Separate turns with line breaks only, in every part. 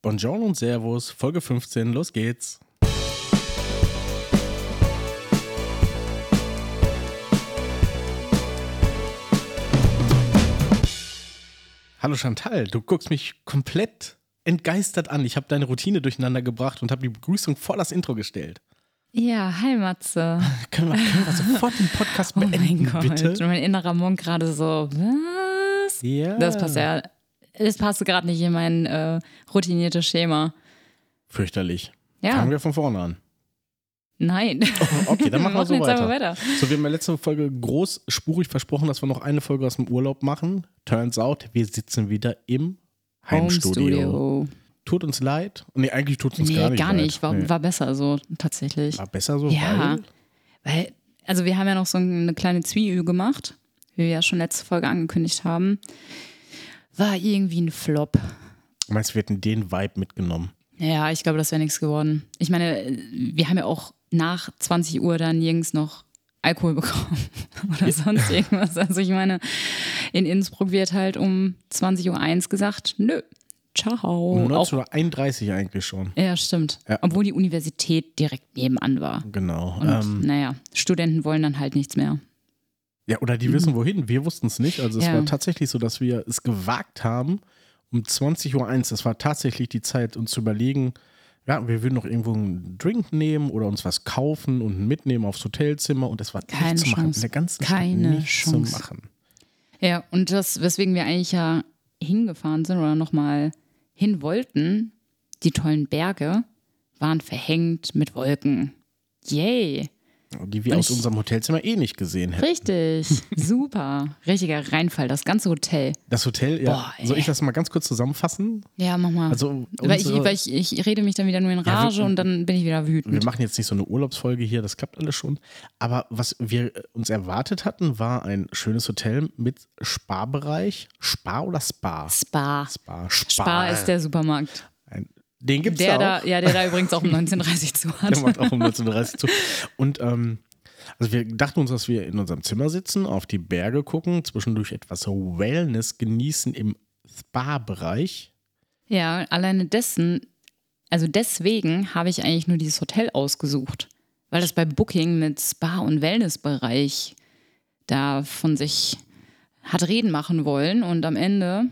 Bonjour und Servus, Folge 15, los geht's. Hallo Chantal, du guckst mich komplett entgeistert an. Ich habe deine Routine durcheinander gebracht und habe die Begrüßung vor das Intro gestellt.
Ja, hi Matze.
Können wir, können wir sofort den Podcast
Oh mein
beenden,
Gott.
bitte?
Mein innerer Monk gerade so, was?
Ja.
Das passt ja. Das passte gerade nicht in mein äh, routiniertes Schema.
Fürchterlich.
Ja.
Fangen wir von vorne an.
Nein.
Okay, dann machen wir so
jetzt
weiter.
einfach weiter.
So, wir haben in der letzten Folge großspurig versprochen, dass wir noch eine Folge aus dem Urlaub machen. Turns out, wir sitzen wieder im Heimstudio.
Homestudio.
Tut uns leid. Nee, eigentlich tut es uns
Nee,
gar nicht leid.
War,
Nee.
war besser so, tatsächlich.
War besser so,
Ja.
weil
Weil, also wir haben ja noch so eine kleine Zwiebel gemacht, wie wir ja schon letzte Folge angekündigt haben. War irgendwie ein Flop.
meinst du, wir hätten den Vibe mitgenommen.
Ja, ich glaube, das wäre nichts geworden. Ich meine, wir haben ja auch nach 20 Uhr dann nirgends noch Alkohol bekommen oder sonst irgendwas. Also ich meine, in Innsbruck wird halt um 20.01 Uhr gesagt, nö, ciao.
Um
Oh, Auch,
1931 eigentlich schon.
ja, stimmt.
Ja.
Obwohl die Universität direkt nebenan war.
Genau.
Und
Ähm,
naja, Studenten wollen dann halt nichts mehr.
ja, oder die wissen wohin. Wir wussten es nicht. Also es
Ja.
war tatsächlich so, dass wir es gewagt haben, um 20.01 Uhr, das war tatsächlich die Zeit, uns zu überlegen, ja, wir würden noch irgendwo einen Drink nehmen oder uns was kaufen und mitnehmen aufs Hotelzimmer und es war
Keine
nichts zu machen.
Chance.
In der ganzen
Keine
Stadt nichts
Chance.
zu machen.
Ja, und das, weswegen wir eigentlich ja hingefahren sind oder nochmal hin wollten, die tollen Berge waren verhängt mit Wolken. Yay!
Die wir
Und
aus
ich-
unserem Hotelzimmer eh nicht gesehen hätten.
Richtig, super. Richtiger Reinfall, das ganze Hotel.
Das Hotel, ja.
Boah, ey.
soll ich das mal ganz kurz zusammenfassen?
Ja, mach mal.
Also
weil ich,
unsere-
weil ich, ich rede mich dann wieder nur in
wir-
Rage und dann bin ich wieder
wir
wütend.
machen jetzt nicht so eine Urlaubsfolge hier, das klappt alles schon. Aber was wir äh, uns erwartet hatten, war ein schönes Hotel mit Sparbereich. Spar oder Spa?
Spa.
Spa.
Spa ist der Supermarkt.
Ein, den gibt's
Der
auch.
da, ja, der da übrigens auch um 1930 zu hat.
Der macht auch um 19.30 zu. Und ähm, also wir dachten uns, dass wir in unserem Zimmer sitzen, auf die Berge gucken, zwischendurch etwas Wellness genießen im Spa-Bereich.
Ja, alleine dessen, also deswegen habe ich eigentlich nur dieses Hotel ausgesucht, weil das bei Booking mit Spa- und Wellnessbereich da von sich hat reden machen wollen und am Ende,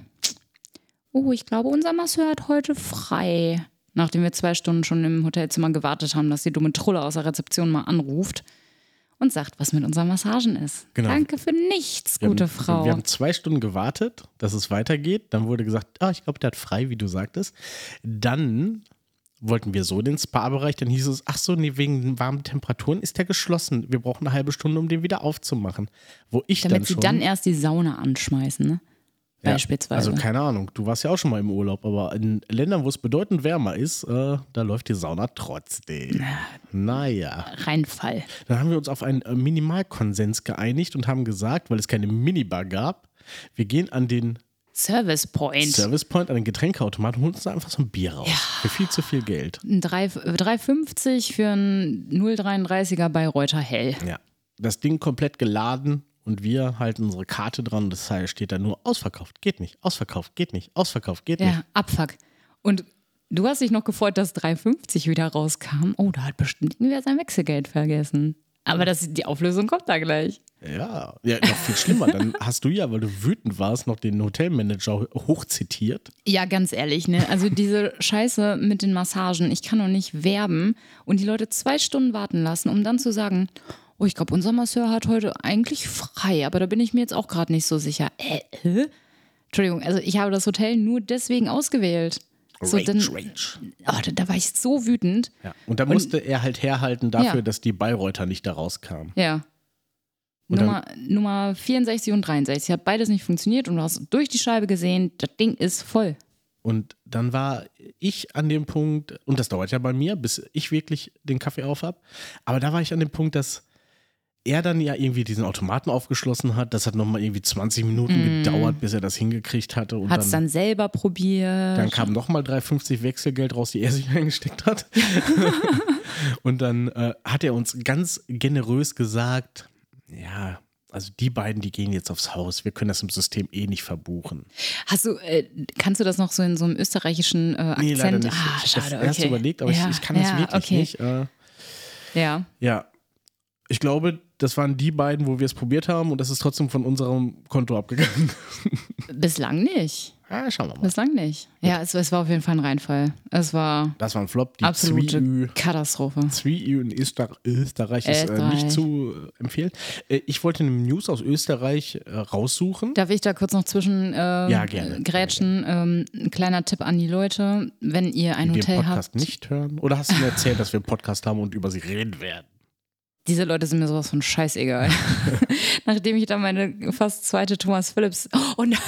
oh, ich glaube, unser Masseur hat heute frei. Nachdem wir zwei Stunden schon im Hotelzimmer gewartet haben, dass die dumme Trulle aus der Rezeption mal anruft und sagt, was mit unseren Massagen ist.
Genau.
Danke für nichts,
Wir
gute
haben,
Frau.
Wir haben zwei Stunden gewartet, dass es weitergeht. Dann wurde gesagt, ah, ich glaube, der hat frei, wie du sagtest. Dann wollten wir so den Spa-Bereich, dann hieß es, ach so, nee, wegen den warmen Temperaturen ist der geschlossen. Wir brauchen eine halbe Stunde, um den wieder aufzumachen. Wo ich
Damit
dann
sie
schon,
dann erst die Sauna anschmeißen, ne?
Ja,
Beispielsweise.
Also keine Ahnung, du warst ja auch schon mal im Urlaub, aber in Ländern, wo es bedeutend wärmer ist, äh, da läuft die Sauna trotzdem. Naja,
Reinfall.
dann haben wir uns auf einen äh, Minimalkonsens geeinigt und haben gesagt, weil es keine Minibar gab, wir gehen an den
Service Point.
Service Point, an den Getränkeautomaten und holen uns da einfach so ein Bier raus. Für viel zu viel Geld.
Ein drei- 3,50 für ein 0,33er bei Reuter Hell.
Ja. Das Ding komplett geladen und wir halten unsere Karte dran. Das heißt, steht da nur ausverkauft, geht nicht, ausverkauft, geht nicht, ausverkauft, geht nicht.
Ja, Abfuck. Und du hast dich noch gefreut, dass 3,50 wieder rauskam. Oh, da hat bestimmt irgendwer sein Wechselgeld vergessen. Aber das, die Auflösung kommt da gleich.
Ja, ja, noch viel schlimmer. Dann hast du ja, weil du wütend warst, noch den Hotelmanager hochzitiert.
Ja, ganz ehrlich, ne? Also diese Scheiße mit den Massagen, ich kann doch nicht werben und die Leute zwei Stunden warten lassen, um dann zu sagen, oh, ich glaube, unser Masseur hat heute eigentlich frei, aber da bin ich mir jetzt auch gerade nicht so sicher. Äh, hä? Entschuldigung, also ich habe das Hotel nur deswegen ausgewählt. So,
Rage,
dann,
rage.
oh, da, da war ich so wütend.
Ja. Und da musste er halt herhalten dafür,
Ja.
dass die Bayreuther nicht da rauskamen.
Ja.
Und dann-
Nummer, Nummer 64 und 63 hat beides nicht funktioniert und du hast durch die Scheibe gesehen, das Ding ist voll.
Und dann war ich an dem Punkt, und das dauert ja bei mir, bis ich wirklich den Kaffee auf habe, aber da war ich an dem Punkt, dass er dann ja irgendwie diesen Automaten aufgeschlossen hat. Das hat nochmal irgendwie 20 Minuten gedauert, bis er das hingekriegt hatte. Und
Hat es
dann,
dann selber probiert.
dann kam nochmal 3,50 Wechselgeld raus, die er sich eingesteckt hat. und dann äh, hat er uns ganz generös gesagt, ja, Also die beiden, die gehen jetzt aufs Haus. Wir können das im System eh nicht verbuchen.
Hast du, äh, kannst du das noch so in so einem österreichischen äh, Akzent?
Nee, leider nicht.
Ah,
ich habe
schade.
das erst
okay.
überlegt, aber
Ja,
ich, ich kann das
ja,
wirklich
okay.
nicht. Äh,
Ja,
ja. Ich glaube, das waren die beiden, wo wir es probiert haben und das ist trotzdem von unserem Konto abgegangen.
bislang nicht.
ah, schauen wir mal.
Bislang nicht. Ja, es, es war auf jeden Fall ein Reinfall. Es war
Das war ein Flop. Die
absolute
Zwiebel-
Katastrophe.
Zwiebel in Öster Österreich ist äh,
Österreich.
nicht zu äh, empfehlen. Äh, ich wollte eine News aus Österreich äh, raussuchen.
Darf ich da kurz noch zwischen ähm,
Ja, gerne.
grätschen? Ähm, ein kleiner Tipp an die Leute, wenn ihr ein
den
Hotel
Podcast
habt.
nicht hören. Oder hast du mir erzählt, dass wir einen Podcast haben und über sie reden werden?
Diese Leute sind mir sowas von scheißegal. Nachdem ich da meine fast zweite Thomas Phillips. Oh nein,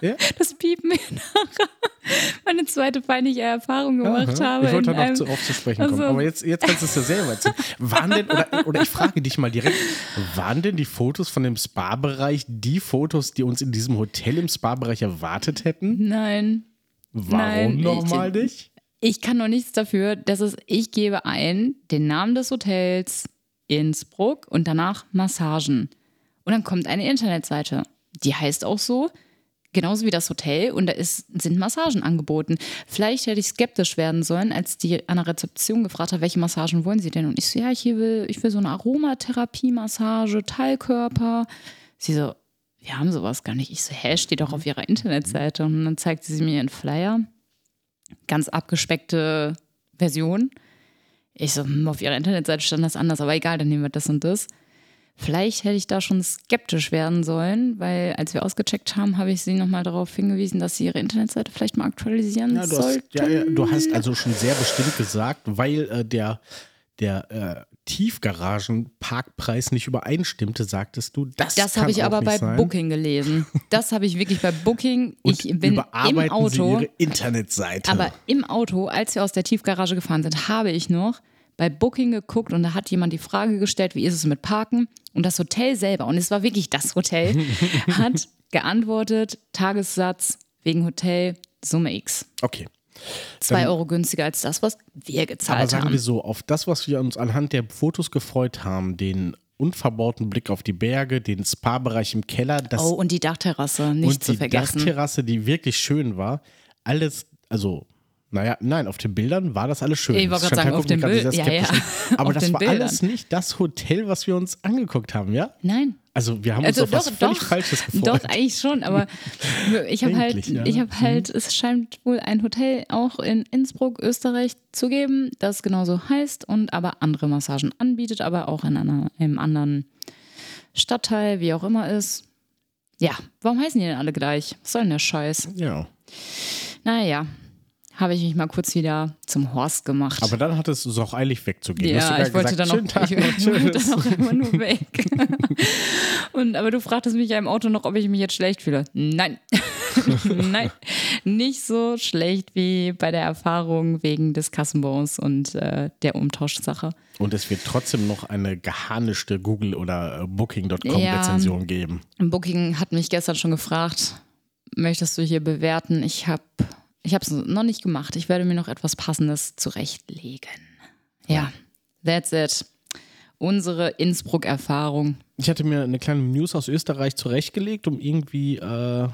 Ja?
das piepen wir nachher. Meine zweite peinliche Erfahrung gemacht
Aha.
habe.
Ich wollte
in
da noch
einem-
zu, oft zu sprechen kommen.
Also-
Aber jetzt, jetzt kannst du es ja selber erzählen. Waren denn, oder, oder ich frage dich mal direkt, waren denn die Fotos von dem Spa-Bereich die Fotos, die uns in diesem Hotel im Spa-Bereich erwartet hätten?
Nein. Nein,
Warum
ich-
nochmal nicht?
Ich kann noch nichts dafür, dass es, ich gebe ein, den Namen des Hotels, Innsbruck und danach Massagen. Und dann kommt eine Internetseite. Die heißt auch so, genauso wie das Hotel, und da ist, sind Massagen angeboten. Vielleicht hätte ich skeptisch werden sollen, als die an der Rezeption gefragt hat, welche Massagen wollen Sie denn? Und ich so, ja, ich hier will, ich will so eine Aromatherapie-Massage, Teilkörper. Sie so, wir haben sowas gar nicht. Ich so, hä, steht doch auf ihrer Internetseite. Und dann zeigt sie mir ihren Flyer ganz abgespeckte Version. Ich so, hm, auf ihrer Internetseite stand das anders, aber egal, dann nehmen wir das und das. Vielleicht hätte ich da schon skeptisch werden sollen, weil als wir ausgecheckt haben, habe ich sie nochmal darauf hingewiesen, dass sie ihre Internetseite vielleicht mal aktualisieren
Ja, du, hast,
sollte.
ja, ja, du hast also schon sehr bestimmt gesagt, weil äh, der, der äh, Tiefgaragenparkpreis nicht übereinstimmte, sagtest du, das
Das
kann
habe ich
auch
aber
nicht
bei
sein.
Booking gelesen. Das habe ich wirklich bei Booking.
Und
ich bin
überarbeiten
im Auto.
Sie ihre Internetseite.
Aber im Auto, als wir aus der Tiefgarage gefahren sind, habe ich noch bei Booking geguckt und da hat jemand die Frage gestellt, wie ist es mit Parken? Und das Hotel selber, und es war wirklich das Hotel, hat geantwortet, Tagessatz wegen Hotel Summe X.
okay.
Zwei
Dann-
Euro günstiger als das, was wir
Aber
gezahlt
sagen wir
haben.
so, auf das, was wir uns anhand der Fotos gefreut haben, den unverbauten Blick auf die Berge, den Spa-Bereich im Keller, das
Oh, und die Dachterrasse, nicht
und
zu
die
vergessen.
Dachterrasse, die wirklich schön war, alles, also, naja, nein, auf den Bildern war das alles schön.
Ich wollte gerade sagen, auf den
Bild,
Bild- ja, ja.
Aber
Auf
das
den
war
Bildern.
alles nicht das Hotel, was wir uns angeguckt haben, ja?
Nein,
Also wir haben uns auf was völlig Falsches gefreut.
Doch, eigentlich schon, aber ich habe halt,
Eigentlich, ja. Mhm.
ich habe halt, es scheint wohl ein Hotel auch in Innsbruck, Österreich zu geben, das genauso heißt und aber andere Massagen anbietet, aber auch in einer, einem anderen Stadtteil, wie auch immer ist. Ja, warum heißen die denn alle gleich? Was soll denn der Scheiß?
ja.
Naja, habe ich mich mal kurz wieder zum Horst gemacht.
Aber dann hattest du es auch eilig wegzugehen. Du hast
Ja,
sogar
ich wollte
gesagt,
dann noch,
schönen Tag,
ich
noch,
wollte
tschüss.
dann auch immer nur weg. Und aber du fragtest mich ja im Auto noch, ob ich mich jetzt schlecht fühle. Nein. Nein. Nicht so schlecht wie bei der Erfahrung wegen des Kassenbons und äh, der Umtauschsache.
Und es wird trotzdem noch eine geharnischte Google- oder äh,
Ja.
Booking.com-Rezension geben.
Booking hat mich gestern schon gefragt, möchtest du hier bewerten? Ich habe ich es noch nicht gemacht. Ich werde mir noch etwas Passendes zurechtlegen. Ja, that's it. Unsere Innsbruck-Erfahrung.
Ich hatte mir eine kleine News aus Österreich zurechtgelegt, um irgendwie, äh,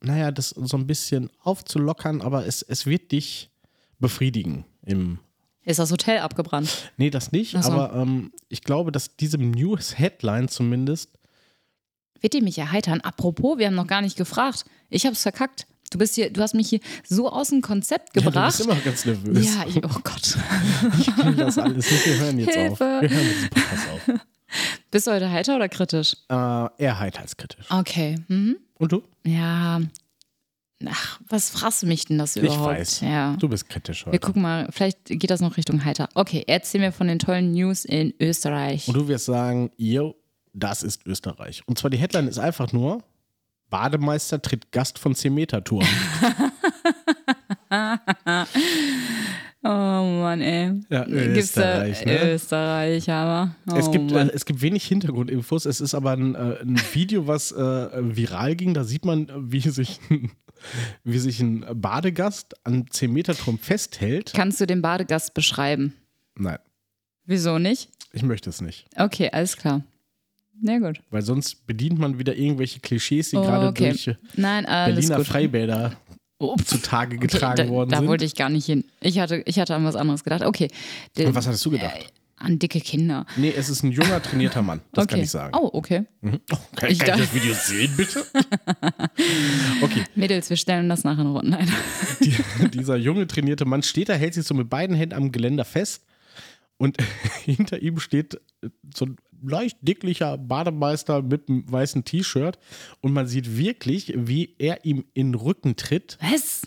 naja, das so ein bisschen aufzulockern, aber es, es wird dich befriedigen im.
Ist das Hotel abgebrannt?
Nee, das nicht,
Ach so.
aber ähm, ich glaube, dass diese News-Headline zumindest
Wird die mich erheitern? Apropos, wir haben noch gar nicht gefragt. Ich hab's verkackt. Du bist hier, du hast mich hier so aus dem Konzept
Ja, du
gebracht.
bist immer ganz nervös.
Ja, ich, oh Gott.
Ich will das alles nicht. Wir hören jetzt auf.
Hilfe.
Wir hören diesen Podcast auf.
Bist du heute heiter oder kritisch?
Äh, eher heilheitskritisch.
Okay. Mhm.
Und du?
Ja. Ach, was fragst du mich denn das
Ich
überhaupt?
weiß.
Ja.
Du bist kritisch
Wir
heute.
gucken mal, vielleicht geht das noch Richtung heiter. Okay, erzähl mir von den tollen News in Österreich.
Und du wirst sagen, ihr, das ist Österreich. Und zwar die Headline ist einfach nur: Bademeister tritt Gast von 10 Meter Turm.
Oh Mann, ey.
Ja,
Gibt's da-
Österreich, ne?
Österreich, aber. Oh
es, gibt, äh,
Mann.
es gibt wenig Hintergrundinfos. Es ist aber ein, äh, ein Video, was äh, viral ging. Da sieht man, äh, wie sich, wie sich ein Badegast an 10 Meter Turm festhält.
Kannst du den Badegast beschreiben?
Nein,
Wieso nicht?
ich möchte es nicht.
Okay, alles klar. Na gut.
Weil sonst bedient man wieder irgendwelche Klischees, die
Oh,
gerade
okay.
durch äh,
Nein, alles
Berliner
gut.
Freibäder
Oh,
zutage
okay,
getragen
da,
worden
Da
sind.
wollte ich gar nicht hin. Ich hatte, ich hatte an was anderes gedacht. Okay. Der-
Und was hattest du gedacht?
An dicke Kinder.
Nee, es ist ein junger, trainierter Mann. Das
okay.
kann ich sagen.
Oh, okay.
Mhm. Oh, kann ich,
Ich
kann ich
dachte-
das Video sehen, bitte? Okay,
Mädels, wir stellen das nachher noch online.
die, dieser junge, trainierte Mann steht da, hält sich so mit beiden Händen am Geländer fest und hinter ihm steht so ein leicht dicklicher Bademeister mit einem weißen T-Shirt und man sieht wirklich, wie er ihm in den Rücken tritt
Was?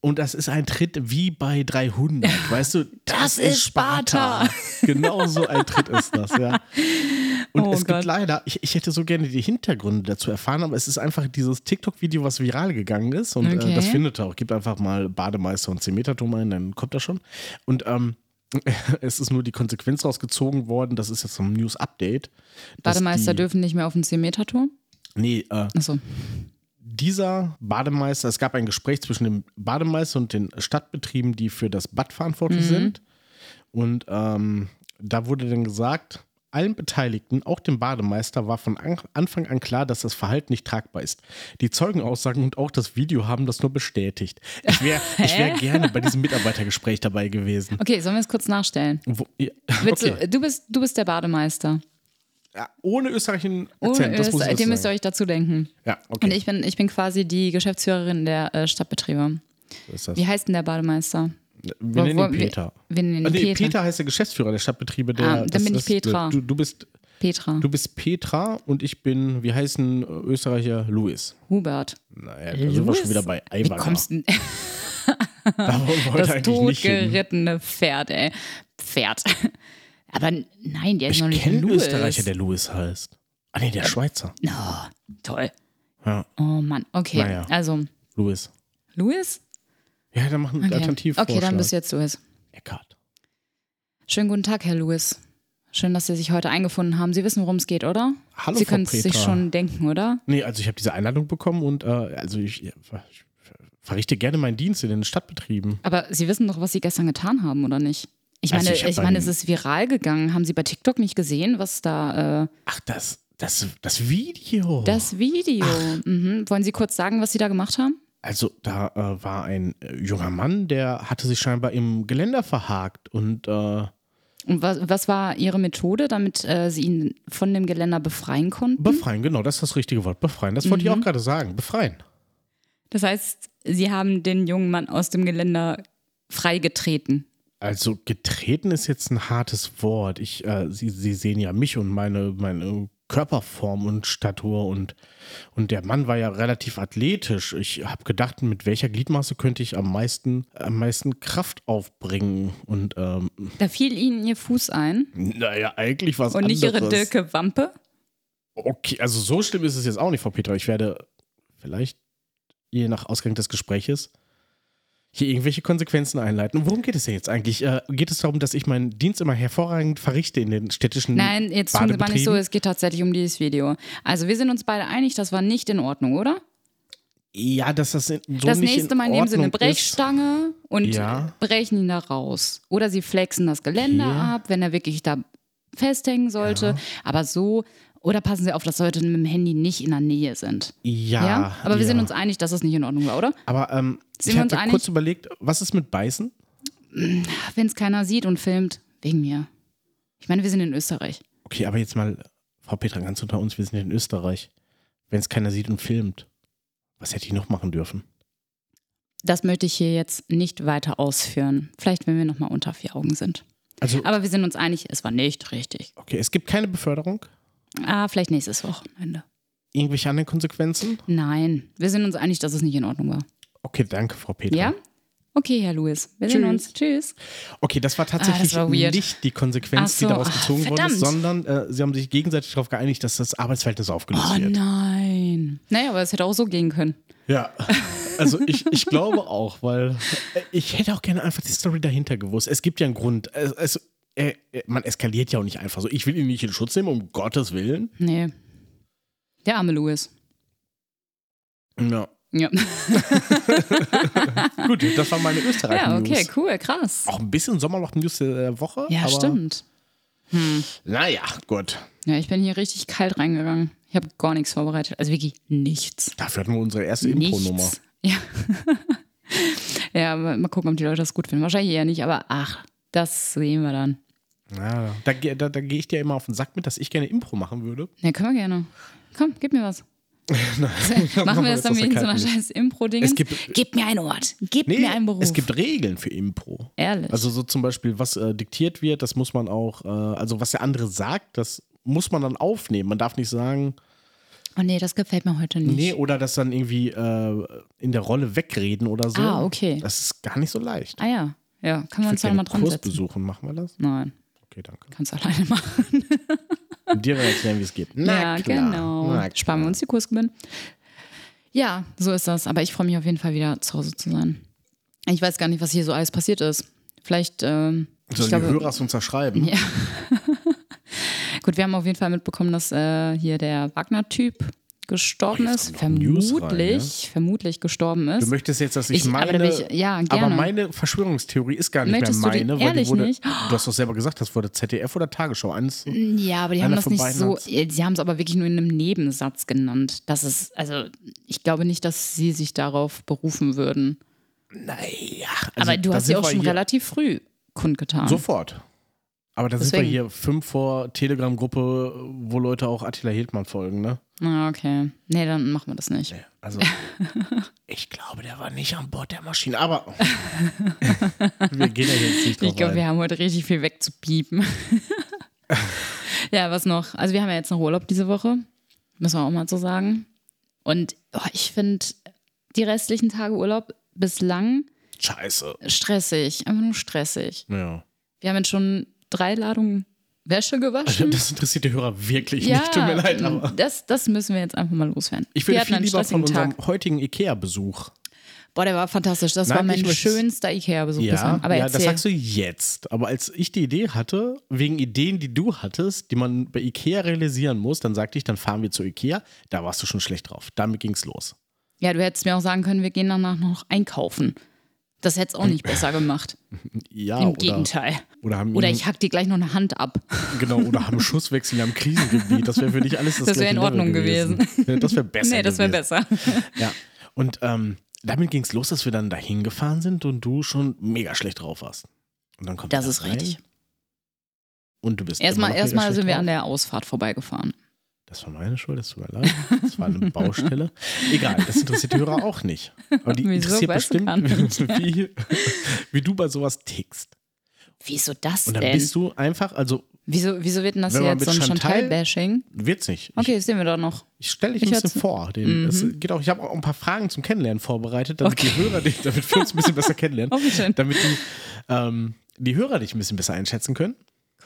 und das ist ein Tritt wie bei 300, weißt du?
Das ist Sparta.
genau so ein Tritt ist das, ja. Und
Oh
es
Gott.
gibt leider, ich, ich hätte so gerne die Hintergründe dazu erfahren, aber es ist einfach dieses TikTok-Video, was viral gegangen ist. Und
Okay.
äh, das findet ihr auch. Gebt einfach mal Bademeister und 10 Meter Turm ein, dann kommt das schon. Und ähm, es ist nur die Konsequenz rausgezogen worden, das ist jetzt so ein News-Update. dass
Bademeister
die-
dürfen nicht mehr auf den 10-Meter-Turm?
Nee, äh,
Achso.
dieser Bademeister, es gab ein Gespräch zwischen dem Bademeister und den Stadtbetrieben, die für das Bad
Mhm.
verantwortlich sind. Und ähm, da wurde dann gesagt, allen Beteiligten, auch dem Bademeister, war von an Anfang an klar, dass das Verhalten nicht tragbar ist. Die Zeugenaussagen und auch das Video haben das nur bestätigt. Ich wäre ich wär gerne bei diesem Mitarbeitergespräch dabei gewesen.
Okay, sollen wir es kurz nachstellen?
Wo, ja,
Willst
okay.
du, du, bist, du bist der Bademeister.
ja, ohne österreichischen
Ohne
Akzent, das muss ich
Österreich-
dazu
den müsst ihr
sagen.
euch dazu denken.
Ja, okay.
Und ich bin, ich bin quasi die Geschäftsführerin der äh, Stadtbetriebe.
so ist das.
Wie heißt denn der Bademeister?
Wir nennen
wo-
ihn Peter.
wir- wir nennen ihn
Ah, nee,
Peter.
Peter. heißt der Geschäftsführer der Stadtbetriebe. Der,
Ah, dann bin ich Petra.
Du, du, bist,
Petra.
du bist Petra und ich bin, wie heißen äh, Österreicher? Luis.
Hubert.
Naja, da sind wir schon wieder bei
Wie
Eiwanger.
kommst du denn?
da wollen wir heute
Das
eigentlich nicht hin.
totgerittene Pferd, ey. Pferd. Aber n- nein, der ist noch
Ich
nicht
kenne einen
Louis. Äh,
Österreicher, der Luis heißt. Ah nee, der Schweizer.
No, toll.
Ja,
Oh Mann, okay.
Naja.
Also,
Luis.
Louis?
Ja, dann machen wir einen
Okay.
Alternativvorschlag.
okay, dann bist du jetzt Louis.
Eckart.
Schönen guten Tag, Herr Louis. Schön, dass Sie sich heute eingefunden haben. Sie wissen, worum es geht, oder?
Hallo,
Sie
Frau
können es sich
Petra.
schon denken, oder?
Nee, also ich habe diese Einladung bekommen und äh, also ich, ich verrichte gerne meinen Dienst in den Stadtbetrieben.
Aber Sie wissen doch, was Sie gestern getan haben, oder nicht? Ich meine,
Also ich
ich,
hab
meine, es
einen-
ist viral gegangen. Haben Sie bei TikTok nicht gesehen, was da. Äh,
Ach, das, das, das Video.
das Video. Mhm. Wollen Sie kurz sagen, was Sie da gemacht haben?
Also da äh, war ein äh, junger Mann, der hatte sich scheinbar im Geländer verhakt und
Mhm.
äh,
Und was, was war Ihre Methode, damit äh, Sie ihn von dem Geländer befreien konnten?
befreien, genau, das ist das richtige Wort, befreien. Das wollte ich
Mhm.
auch gerade sagen, befreien.
Das heißt, Sie haben den jungen Mann aus dem Geländer freigetreten.
Also getreten ist jetzt ein hartes Wort. Ich, äh, Sie, Sie sehen ja mich und meine, meine Körperform und Statur und, und der Mann war ja relativ athletisch. Ich habe gedacht, mit welcher Gliedmaße könnte ich am meisten, am meisten Kraft aufbringen und ähm,
Da fiel Ihnen Ihr Fuß ein
naja, eigentlich was
und nicht
anderes.
Ihre Dirke Wampe.
Okay, also so schlimm ist es jetzt auch nicht, Frau Petra. Ich werde vielleicht, je nach Ausgang des Gespräches, hier irgendwelche Konsequenzen einleiten. Und worum geht es denn jetzt eigentlich? Äh, geht es darum, dass ich meinen Dienst immer hervorragend verrichte in den städtischen
Nein, jetzt tun Sie mal nicht so,
Badebetrieben?
es geht tatsächlich um dieses Video. Also wir sind uns beide einig, das war nicht in Ordnung, oder?
Ja, dass das in, so
das
nicht
nächste
in
Mal nehmen Sie eine
Ordnung ist.
Brechstange und
Ja.
brechen ihn da raus. Oder Sie flexen das Geländer
Okay.
ab, wenn er wirklich da festhängen sollte. Aber so, oder passen Sie auf, dass Leute mit dem Handy nicht in der Nähe sind.
Ja,
Ja? Aber wir
ja.
sind uns einig, dass das nicht in Ordnung war, oder?
Aber ähm,
Sind
ich
wir uns
habe
einig?
kurz überlegt, was ist mit Beißen?
Wenn es keiner sieht und filmt, wegen mir. Ich meine, wir sind in Österreich.
Okay, aber jetzt mal, Frau Petra, ganz unter uns, wir sind in Österreich. Wenn es keiner sieht und filmt, was hätte ich noch machen dürfen?
Das möchte ich hier jetzt nicht weiter ausführen. Vielleicht, wenn wir nochmal unter vier Augen sind.
Also,
Aber wir sind uns einig, es war nicht richtig.
okay, es gibt keine Beförderung.
Ah, vielleicht nächstes Wochenende.
irgendwelche anderen Konsequenzen?
Nein, wir sind uns einig, dass es nicht in Ordnung war.
Okay, danke, Frau Petra.
Ja? Okay, Herr Louis. Wir sehen
Tschüss.
uns. Tschüss.
Okay, das war tatsächlich
Ah, das war weird.
nicht die
Ach
Konsequenz,
so,
die daraus
ach,
gezogen worden ist,
verdammt.
sondern äh, sie haben sich gegenseitig darauf geeinigt, dass das Arbeitsverhältnis aufgelöst
Oh
wird.
nein. Naja, aber es hätte auch so gehen können.
Ja, also ich, ich glaube auch, weil äh, ich hätte auch gerne einfach die Story dahinter gewusst. Es gibt ja einen Grund. Es, es, äh, äh, man eskaliert ja auch nicht einfach so. Ich will ihn nicht in Schutz nehmen, um Gottes Willen.
Nee. Der arme Louis.
Ja.
Ja,
Gut, das war meine österreich
ja okay,
News.
cool, krass.
Auch ein bisschen Sommerloch-News der Woche.
Ja,
aber
stimmt.
Naja, gut.
Ja, ich bin hier richtig kalt reingegangen. Ich habe gar nichts vorbereitet. Also wirklich nichts.
Dafür hatten wir unsere erste Impro-Nummer.
Nichts. Ja. ja, mal mal gucken, ob die Leute das gut finden. Wahrscheinlich eher nicht, aber ach, das sehen wir dann.
Ja, da ge- da, da gehe ich dir immer auf den Sack mit, dass ich gerne Impro machen würde.
Ja, können wir gerne. Komm, gib mir was. Machen wir das
aus der
dann mit so
kalten
einer
Luft.
scheiß Impro-Ding?
Es gibt-
Gib mir ein Ort. Gib
Nee,
mir einen Beruf.
es gibt Regeln für Impro.
Ehrlich.
Also so zum Beispiel, was äh, diktiert wird, das muss man auch, äh, also was der andere sagt, das muss man dann aufnehmen. Man darf nicht sagen,
oh nee, das gefällt mir heute nicht.
nee, oder das dann irgendwie äh, in der Rolle wegreden oder so.
Ah, okay.
Das ist gar nicht so leicht.
Ah ja, ja, kann man
Ich
uns da
würde gerne
mal dran
Kurs
setzen.
besuchen, machen wir das?
Nein,
Okay, danke.
kannst alleine machen.
Und dir dann erklären, wie es geht. Na
ja,
klar.
genau.
Na klar.
Sparen wir uns die Kursgebühren. Ja, so ist das. Aber ich freue mich auf jeden Fall wieder zu Hause zu sein. Ich weiß gar nicht, was hier so alles passiert ist. Vielleicht, ähm, ich
Sollen die
glaube,
Hörer es uns erschreiben? Ja.
gut, wir haben auf jeden Fall mitbekommen, dass äh, hier der Wagner-Typ gestorben
Oh, jetzt
ist.
kommt noch News
Vermutlich,
rein,
vermutlich gestorben
Du
ist.
möchtest jetzt, dass ich,
Ich- aber
meine.
da bin ich- ja, gerne.
aber meine Verschwörungstheorie ist gar nicht
Möchtest du
mehr
die-
meine, weil die
ehrlich
wurde.
nicht?
Du hast doch selber gesagt, das wurde ZDF oder Tagesschau. Eins.
Ja, aber die haben
Einer
das
von
nicht
beiden
so, äh,
hat's.
sie haben es aber wirklich nur in einem Nebensatz genannt. Das ist, also ich glaube nicht, dass sie sich darauf berufen würden.
Naja.
aber
Also
du
da
hast
sind
ja auch
wir
schon
hier
relativ früh kundgetan.
Sofort. Aber da sind wir
Deswegen.
hier fünf vor Telegram-Gruppe, wo Leute auch Attila Hildmann folgen, ne?
Na, okay. Nee, dann machen wir das nicht.
Also, ich glaube, der war nicht an Bord der Maschine, aber wir gehen da jetzt nicht drauf
Ich glaube,
ein.
wir haben heute richtig viel wegzupiepen. ja, was noch? Also, wir haben ja jetzt noch Urlaub diese Woche. Müssen wir auch mal so sagen. Und oh, ich finde die restlichen Tage Urlaub bislang
Scheiße.
stressig. Einfach nur stressig.
Ja.
Wir haben jetzt schon drei Ladungen Wäsche gewaschen.
Also,
genau.
Das interessiert die Hörer wirklich nicht. Tut mir leid, aber.
das, das müssen wir jetzt einfach mal loswerden.
Ich
Wir
würde
hatten
viel
einen
lieber von
stressigen
unserem
Tag.
heutigen IKEA-Besuch.
Boah, der war fantastisch. Das
Nein,
war mein
ich möchte-
schönster Ikea-Besuch
Ja,
bislang. Aber
ja das
erzähl.
sagst du jetzt. Aber als ich die Idee hatte, wegen Ideen, die du hattest, die man bei Ikea realisieren muss, dann sagte ich, dann fahren wir zu Ikea. Da warst du schon schlecht drauf. Damit ging's los.
ja, du hättest mir auch sagen können, wir gehen danach noch einkaufen. Das hätte es auch nicht besser gemacht.
Ja, Ah,
Im
oder, Mhm.
Gegenteil.
Oder haben,
Oder
ihn-
ich hack dir gleich noch eine Hand ab.
genau, oder haben Schusswechsel am Krisengebiet. Das wäre für dich alles das
Das wär
gleiche
in Ordnung
Level gewesen. Ja, Das wäre besser.
nee, das wäre
gewesen.
besser.
Ja. Und ähm, damit ging es los, dass wir dann dahin gefahren sind und du schon mega schlecht drauf warst. Und dann kommt
Das
er
ist
rein
richtig.
Und du bist immer
Erstmal,
noch mega
erstmal
schlecht
sind wir
drauf.
an der Ausfahrt vorbeigefahren.
Das war meine Schuld, das tut mir leid. Das war eine Baustelle. Egal, das interessiert die Hörer auch nicht. Aber die
Wieso?
interessiert
Weißt du
bestimmt,
gar nicht.
wie, wie du bei sowas tickst.
Wieso das
Und dann
denn?
bist du einfach, also
Wieso, wieso wird denn das
Wenn
hier
man
jetzt so ein
mit Chantal-
Chantal-Bashing?
wird's nicht.
Okay, das sehen wir doch noch.
Ich, ich stelle dich ein
Ich
bisschen
hör's- Mhm.
vor. Den, es geht auch, ich habe auch ein paar Fragen zum Kennenlernen vorbereitet, damit die Hörer dich, damit wir uns ein bisschen besser kennenlernen.
Oh, wie schön.
Damit die, ähm, die Hörer dich ein bisschen besser einschätzen können.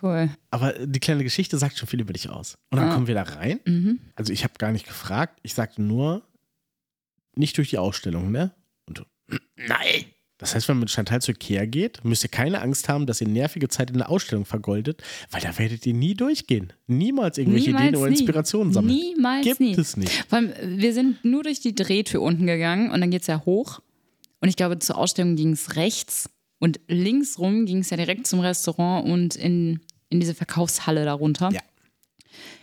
Cool.
Aber die kleine Geschichte sagt schon viel über dich aus. Und
Ah.
dann kommen wir da rein.
Mhm.
Also ich habe gar nicht gefragt. Ich sagte nur, nicht durch die Ausstellung, ne? Und du, nein. Das heißt, wenn man mit Chantal zur Ikea geht, müsst ihr keine Angst haben, dass ihr nervige Zeit in der Ausstellung vergoldet, weil da werdet ihr nie durchgehen. Niemals irgendwelche
Niemals
Ideen oder
nie.
Inspirationen sammeln.
Niemals
Gibt
nie.
es nicht.
Vor allem, wir sind nur durch die Drehtür unten gegangen und dann geht es ja hoch. Und ich glaube, zur Ausstellung ging es rechts. Und links rum ging es ja direkt zum Restaurant und in, in diese Verkaufshalle darunter.
Ja.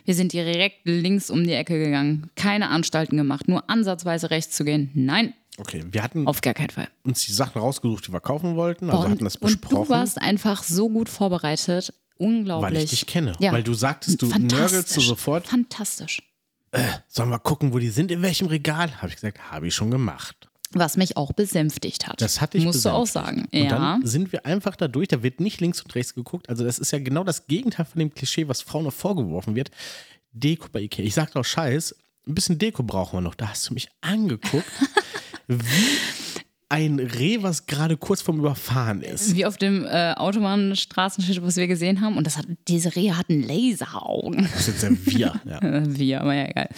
Wir sind direkt links um die Ecke gegangen. Keine Anstalten gemacht, nur ansatzweise rechts zu gehen. Nein,
Okay, wir hatten
auf gar keinen Fall.
uns die Sachen rausgesucht, die wir kaufen wollten, also
und,
hatten das
und
besprochen.
du warst einfach so gut vorbereitet. Unglaublich.
weil ich dich kenne.
Ja.
Weil du sagtest, du nörgelst du
Fantastisch.
sofort.
Fantastisch.
Sollen wir gucken, wo die sind, in welchem Regal? Habe ich gesagt, habe ich schon gemacht.
Was mich auch besänftigt hat.
Das hatte ich
Musst du auch sagen.
besänftigt. Und
ja.
dann sind wir einfach da durch, da wird nicht links und rechts geguckt. Also das ist ja genau das Gegenteil von dem Klischee, was Frauen noch vorgeworfen wird. Deko bei Ikea. Ich sagte auch Scheiß, ein bisschen Deko brauchen wir noch. Da hast du mich angeguckt, wie ein Reh, was gerade kurz vorm Überfahren ist.
Wie auf dem äh, Autobahnstraßenschild, was wir gesehen haben. Und das hat, diese Rehe hatten Laseraugen.
Das ist jetzt ja wir. Ja.
Äh, wir, aber ja, egal.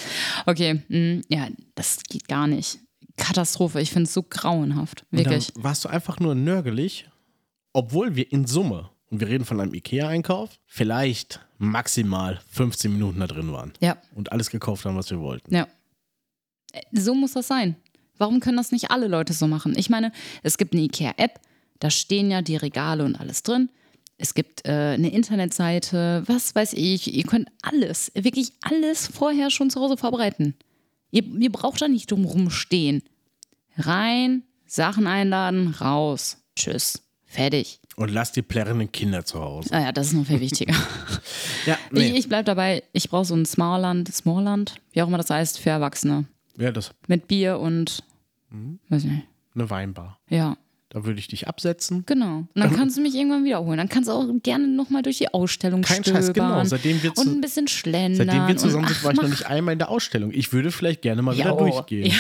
Okay, mm, ja, das geht gar nicht. Katastrophe, ich finde es so grauenhaft.
Und
Wirklich.
Dann warst du einfach nur nörgelig, obwohl wir in Summe, und wir reden von einem Ikea-Einkauf, vielleicht maximal 15 Minuten da drin waren.
Ja,
Und alles gekauft haben, was wir wollten.
ja. Äh, So muss das sein. Warum können das nicht alle Leute so machen? Ich meine, es gibt eine IKEA-App, da stehen ja die Regale und alles drin. Es gibt äh, eine Internetseite, was weiß ich. Ihr könnt alles, wirklich alles vorher schon zu Hause vorbereiten. Ihr, ihr braucht da nicht drum rumstehen. Rein, Sachen einladen, raus. Tschüss. Fertig.
Und lass die plärrenden Kinder zu Hause.
Naja, das ist noch viel wichtiger.
Ja, nee.
Ich, ich bleibe dabei, ich brauche so ein Smallland, Smallland, wie auch immer das heißt, für Erwachsene.
ja, das
Mit Bier und.
Mhm.
Weiß nicht.
eine Weinbar.
Ja,
Da würde ich dich absetzen.
genau. Und
Also
dann kannst du mich irgendwann wiederholen. Dann kannst du auch gerne nochmal durch die Ausstellung
Kein
stöbern.
Scheiß, genau. Seitdem wir zu-
und ein bisschen schlendern.
Seitdem wir zusammen
und,
sind, war ich noch nicht einmal in der Ausstellung. Ich würde vielleicht gerne mal
Ja,
wieder durchgehen.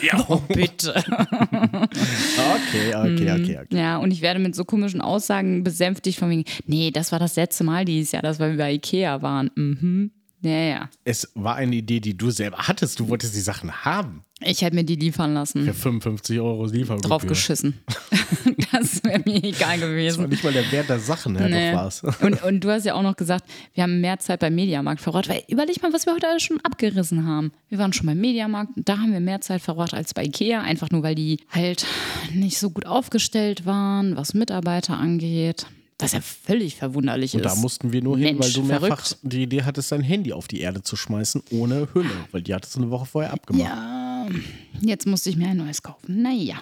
Ja,
bitte.
okay, okay,
Hm.
okay, okay.
Ja, und ich werde mit so komischen Aussagen besänftigt von wegen, nee, das war das letzte Mal dieses Jahr, das wir bei Ikea waren. Mhm. Ja, ja.
Es war eine Idee, die du selber hattest. Du wolltest die Sachen haben.
Ich hätte mir die liefern lassen.
Für 55 Euro Liefergebühr.
Draufgeschissen. das wäre mir egal
Das war
gewesen.
nicht mal der Wert der Sachen, Herr
Nee.
nee. war's.
Und, und du hast ja auch noch gesagt, wir haben mehr Zeit beim Mediamarkt verbracht. Weil überleg mal, was wir heute alles schon abgerissen haben. Wir waren schon beim Mediamarkt, da haben wir mehr Zeit verbracht als bei Ikea. Einfach nur, weil die halt nicht so gut aufgestellt waren, was Mitarbeiter angeht. Was ja völlig verwunderlich
Und
ist.
da mussten wir nur hin,
Mensch,
weil du mehrfach
verrückt.
die Idee hattest, dein Handy auf die Erde zu schmeißen, ohne Hülle. Weil die hattest du eine Woche vorher abgemacht.
Ja, jetzt musste ich mir ein neues kaufen. Naja,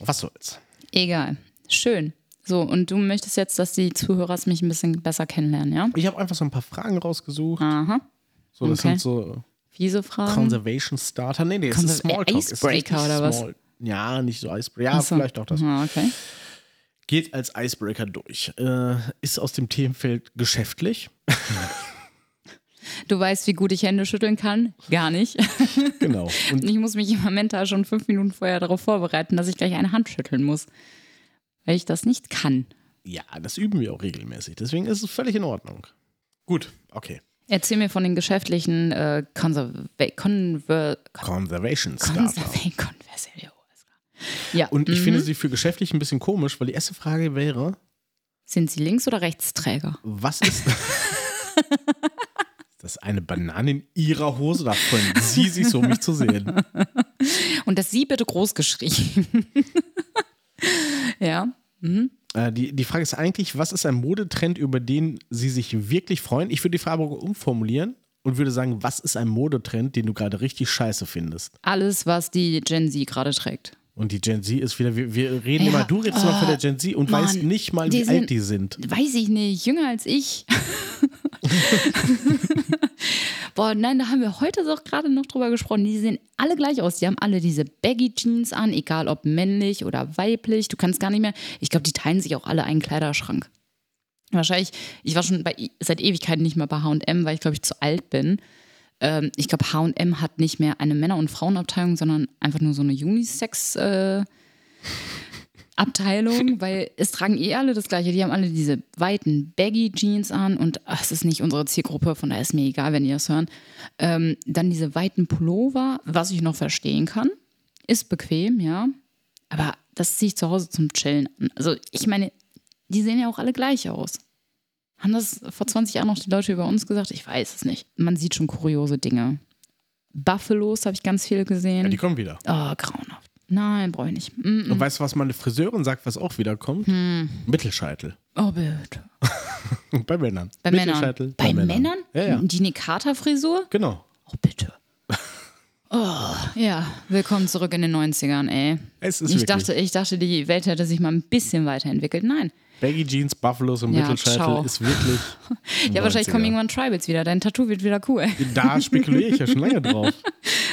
Was soll's?
egal. Schön. So, und du möchtest jetzt, dass die Zuhörer mich ein bisschen besser kennenlernen, ja?
Ich habe einfach so ein paar Fragen rausgesucht.
Aha.
So, das
okay.
sind so
Fiese Fragen.
Conservation Starter. Nee, nee, es ist
Conserv-
Smalltalk. Es ist
Icebreaker
richtig
oder was?
Small- Ja, nicht so Icebreaker. Ja,
Achso.
vielleicht auch das.
Ah, okay.
Geht als Icebreaker durch. Äh, ist aus dem Themenfeld geschäftlich.
Du weißt, wie gut ich Hände schütteln kann? Gar nicht.
Genau. Und
Ich muss mich im Moment da schon fünf Minuten vorher darauf vorbereiten, dass ich gleich eine Hand schütteln muss. Weil ich das nicht kann.
ja, das üben wir auch regelmäßig. Deswegen ist es völlig in Ordnung. Gut, okay.
Erzähl mir von den geschäftlichen äh, Conserva Conver
Conservation Starter.
Conserva Conversario. Ja.
Und ich
mhm.
finde sie für geschäftlich ein bisschen komisch, weil die erste Frage wäre,
Sind sie Links- oder Rechtsträger?
was ist. Ist Das eine Banane in ihrer Hose, da freuen sie sich so, um mich zu sehen.
Und das Sie bitte groß geschrieben. ja.
Äh, die, die Frage ist eigentlich, was ist ein Modetrend, über den sie sich wirklich freuen? Ich würde die Frage umformulieren und würde sagen, was ist ein Modetrend, den du gerade richtig scheiße findest?
Alles, was die Gen Z gerade trägt.
Und die Gen Z ist wieder, wir, wir reden
Ja,
immer, du redest immer von der Gen Z und
Mann,
weißt nicht mal,
die
wie alt
sind-
die sind.
Weiß ich nicht, jünger als ich. Boah, nein, da haben wir heute doch gerade noch drüber gesprochen. Die sehen alle gleich aus. Die haben alle diese Baggy Jeans an, egal ob männlich oder weiblich. Du kannst gar nicht mehr. Ich glaube, die teilen sich auch alle einen Kleiderschrank. Wahrscheinlich, ich war schon bei, seit Ewigkeiten nicht mehr bei HM, weil ich glaube, ich zu alt bin. Ähm, ich glaube, HM hat nicht mehr eine Männer- und Frauenabteilung, sondern einfach nur so eine Unisex- äh, Abteilung, weil es tragen eh alle das Gleiche. Die haben alle diese weiten Baggy-Jeans an und ach, es ist nicht unsere Zielgruppe, von daher ist mir egal, wenn ihr das hören. Ähm, dann diese weiten Pullover, was ich noch verstehen kann. Ist bequem, ja. Aber das ziehe ich zu Hause zum Chillen an. Also, ich meine, die sehen ja auch alle gleich aus. Haben das vor 20 Jahren noch die Leute über uns gesagt? Ich weiß es nicht. Man sieht schon kuriose Dinge. Buffalos habe ich ganz viele
Ja,
gesehen.
die kommen wieder.
Oh, grauenhaft. Nein, brauche ich nicht. Mm -mm.
Und weißt du, was meine Friseurin sagt, was auch wieder kommt?
Hm.
Mittelscheitel.
Oh, bitte.
Bei Männern.
Bei Männern.
Mittelscheitel.
Bei, Männern?
Ja, ja.
Die Nikata-Frisur?
Genau.
Oh, bitte. Oh, ja, willkommen zurück in den 90ern, ey.
Es ist
ich,
wirklich-
dachte, ich dachte, die Welt hätte sich mal ein bisschen weiterentwickelt. Nein.
Baggy Jeans, Buffalos und
Ja,
Mittelscheitel
ciao.
ist wirklich.
Ja, wahrscheinlich
90er.
kommen irgendwann Tribals wieder. Dein Tattoo wird wieder cool.
Da spekuliere ich ja schon lange drauf.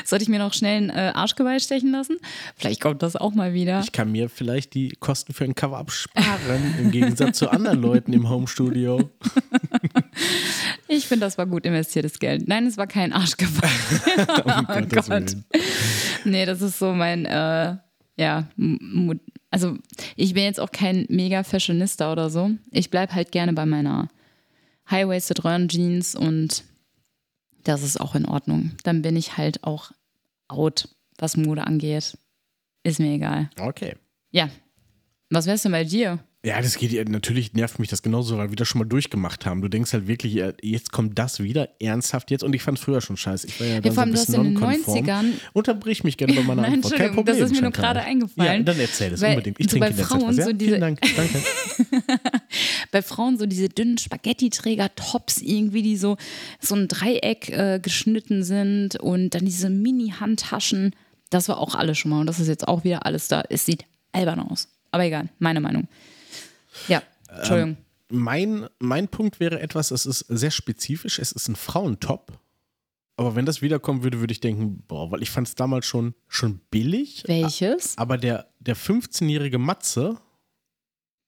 Sollte ich mir noch schnell ein äh, Arschgeweih stechen lassen? Vielleicht kommt das auch mal wieder.
Ich kann mir vielleicht die Kosten für ein Cover absparen, im Gegensatz zu anderen Leuten im Homestudio. Um
Ich finde, das war gut investiertes Geld. Nein, es war kein Arschgeweih.
Um Gottes
Gott.
Willen.
Nee, das ist so mein, äh, ja, m- Mo- also ich bin jetzt auch kein mega Fashionista oder so. Ich bleibe halt gerne bei meiner High-Waisted Röhren-Jeans und das ist auch in Ordnung. Dann bin ich halt auch out, was Mode angeht. Ist mir egal.
Okay.
Ja. Was wär's denn bei dir?
Ja, das geht ja- natürlich nervt mich das genauso, weil wir das schon mal durchgemacht haben. Du denkst halt wirklich, ja, jetzt kommt das wieder ernsthaft jetzt und ich fand es früher schon scheiße. Ich war ja dann
vor
so
allem,
ein
du hast
bisschen
in den
nonkonform.
90ern
Unterbrich mich gerne bei meiner
Nein,
Antwort. Kein
Entschuldigung, das
Problem,
ist mir nur
Chantal.
gerade eingefallen.
Ja, dann erzähl es
Weil
unbedingt. Ich
so
trinke
bei
in der Zeit
Frauen
was. Ja?
so diese-
Vielen Dank. Danke.
bei Frauen so diese dünnen Spaghetti-Träger-Tops irgendwie, die so, so ein Dreieck äh, geschnitten sind und dann diese Mini-Handtaschen. Das war auch alles schon mal und das ist jetzt auch wieder alles da. Es sieht albern aus. Aber egal, meine Meinung. Ja,
Ähm,
Entschuldigung.
Mein, mein Punkt wäre etwas, es ist sehr spezifisch, es ist ein Frauentop. Aber wenn das wiederkommen würde, würde ich denken, boah, weil ich fand es damals schon, schon billig.
Welches?
Aber der, der 15-jährige Matze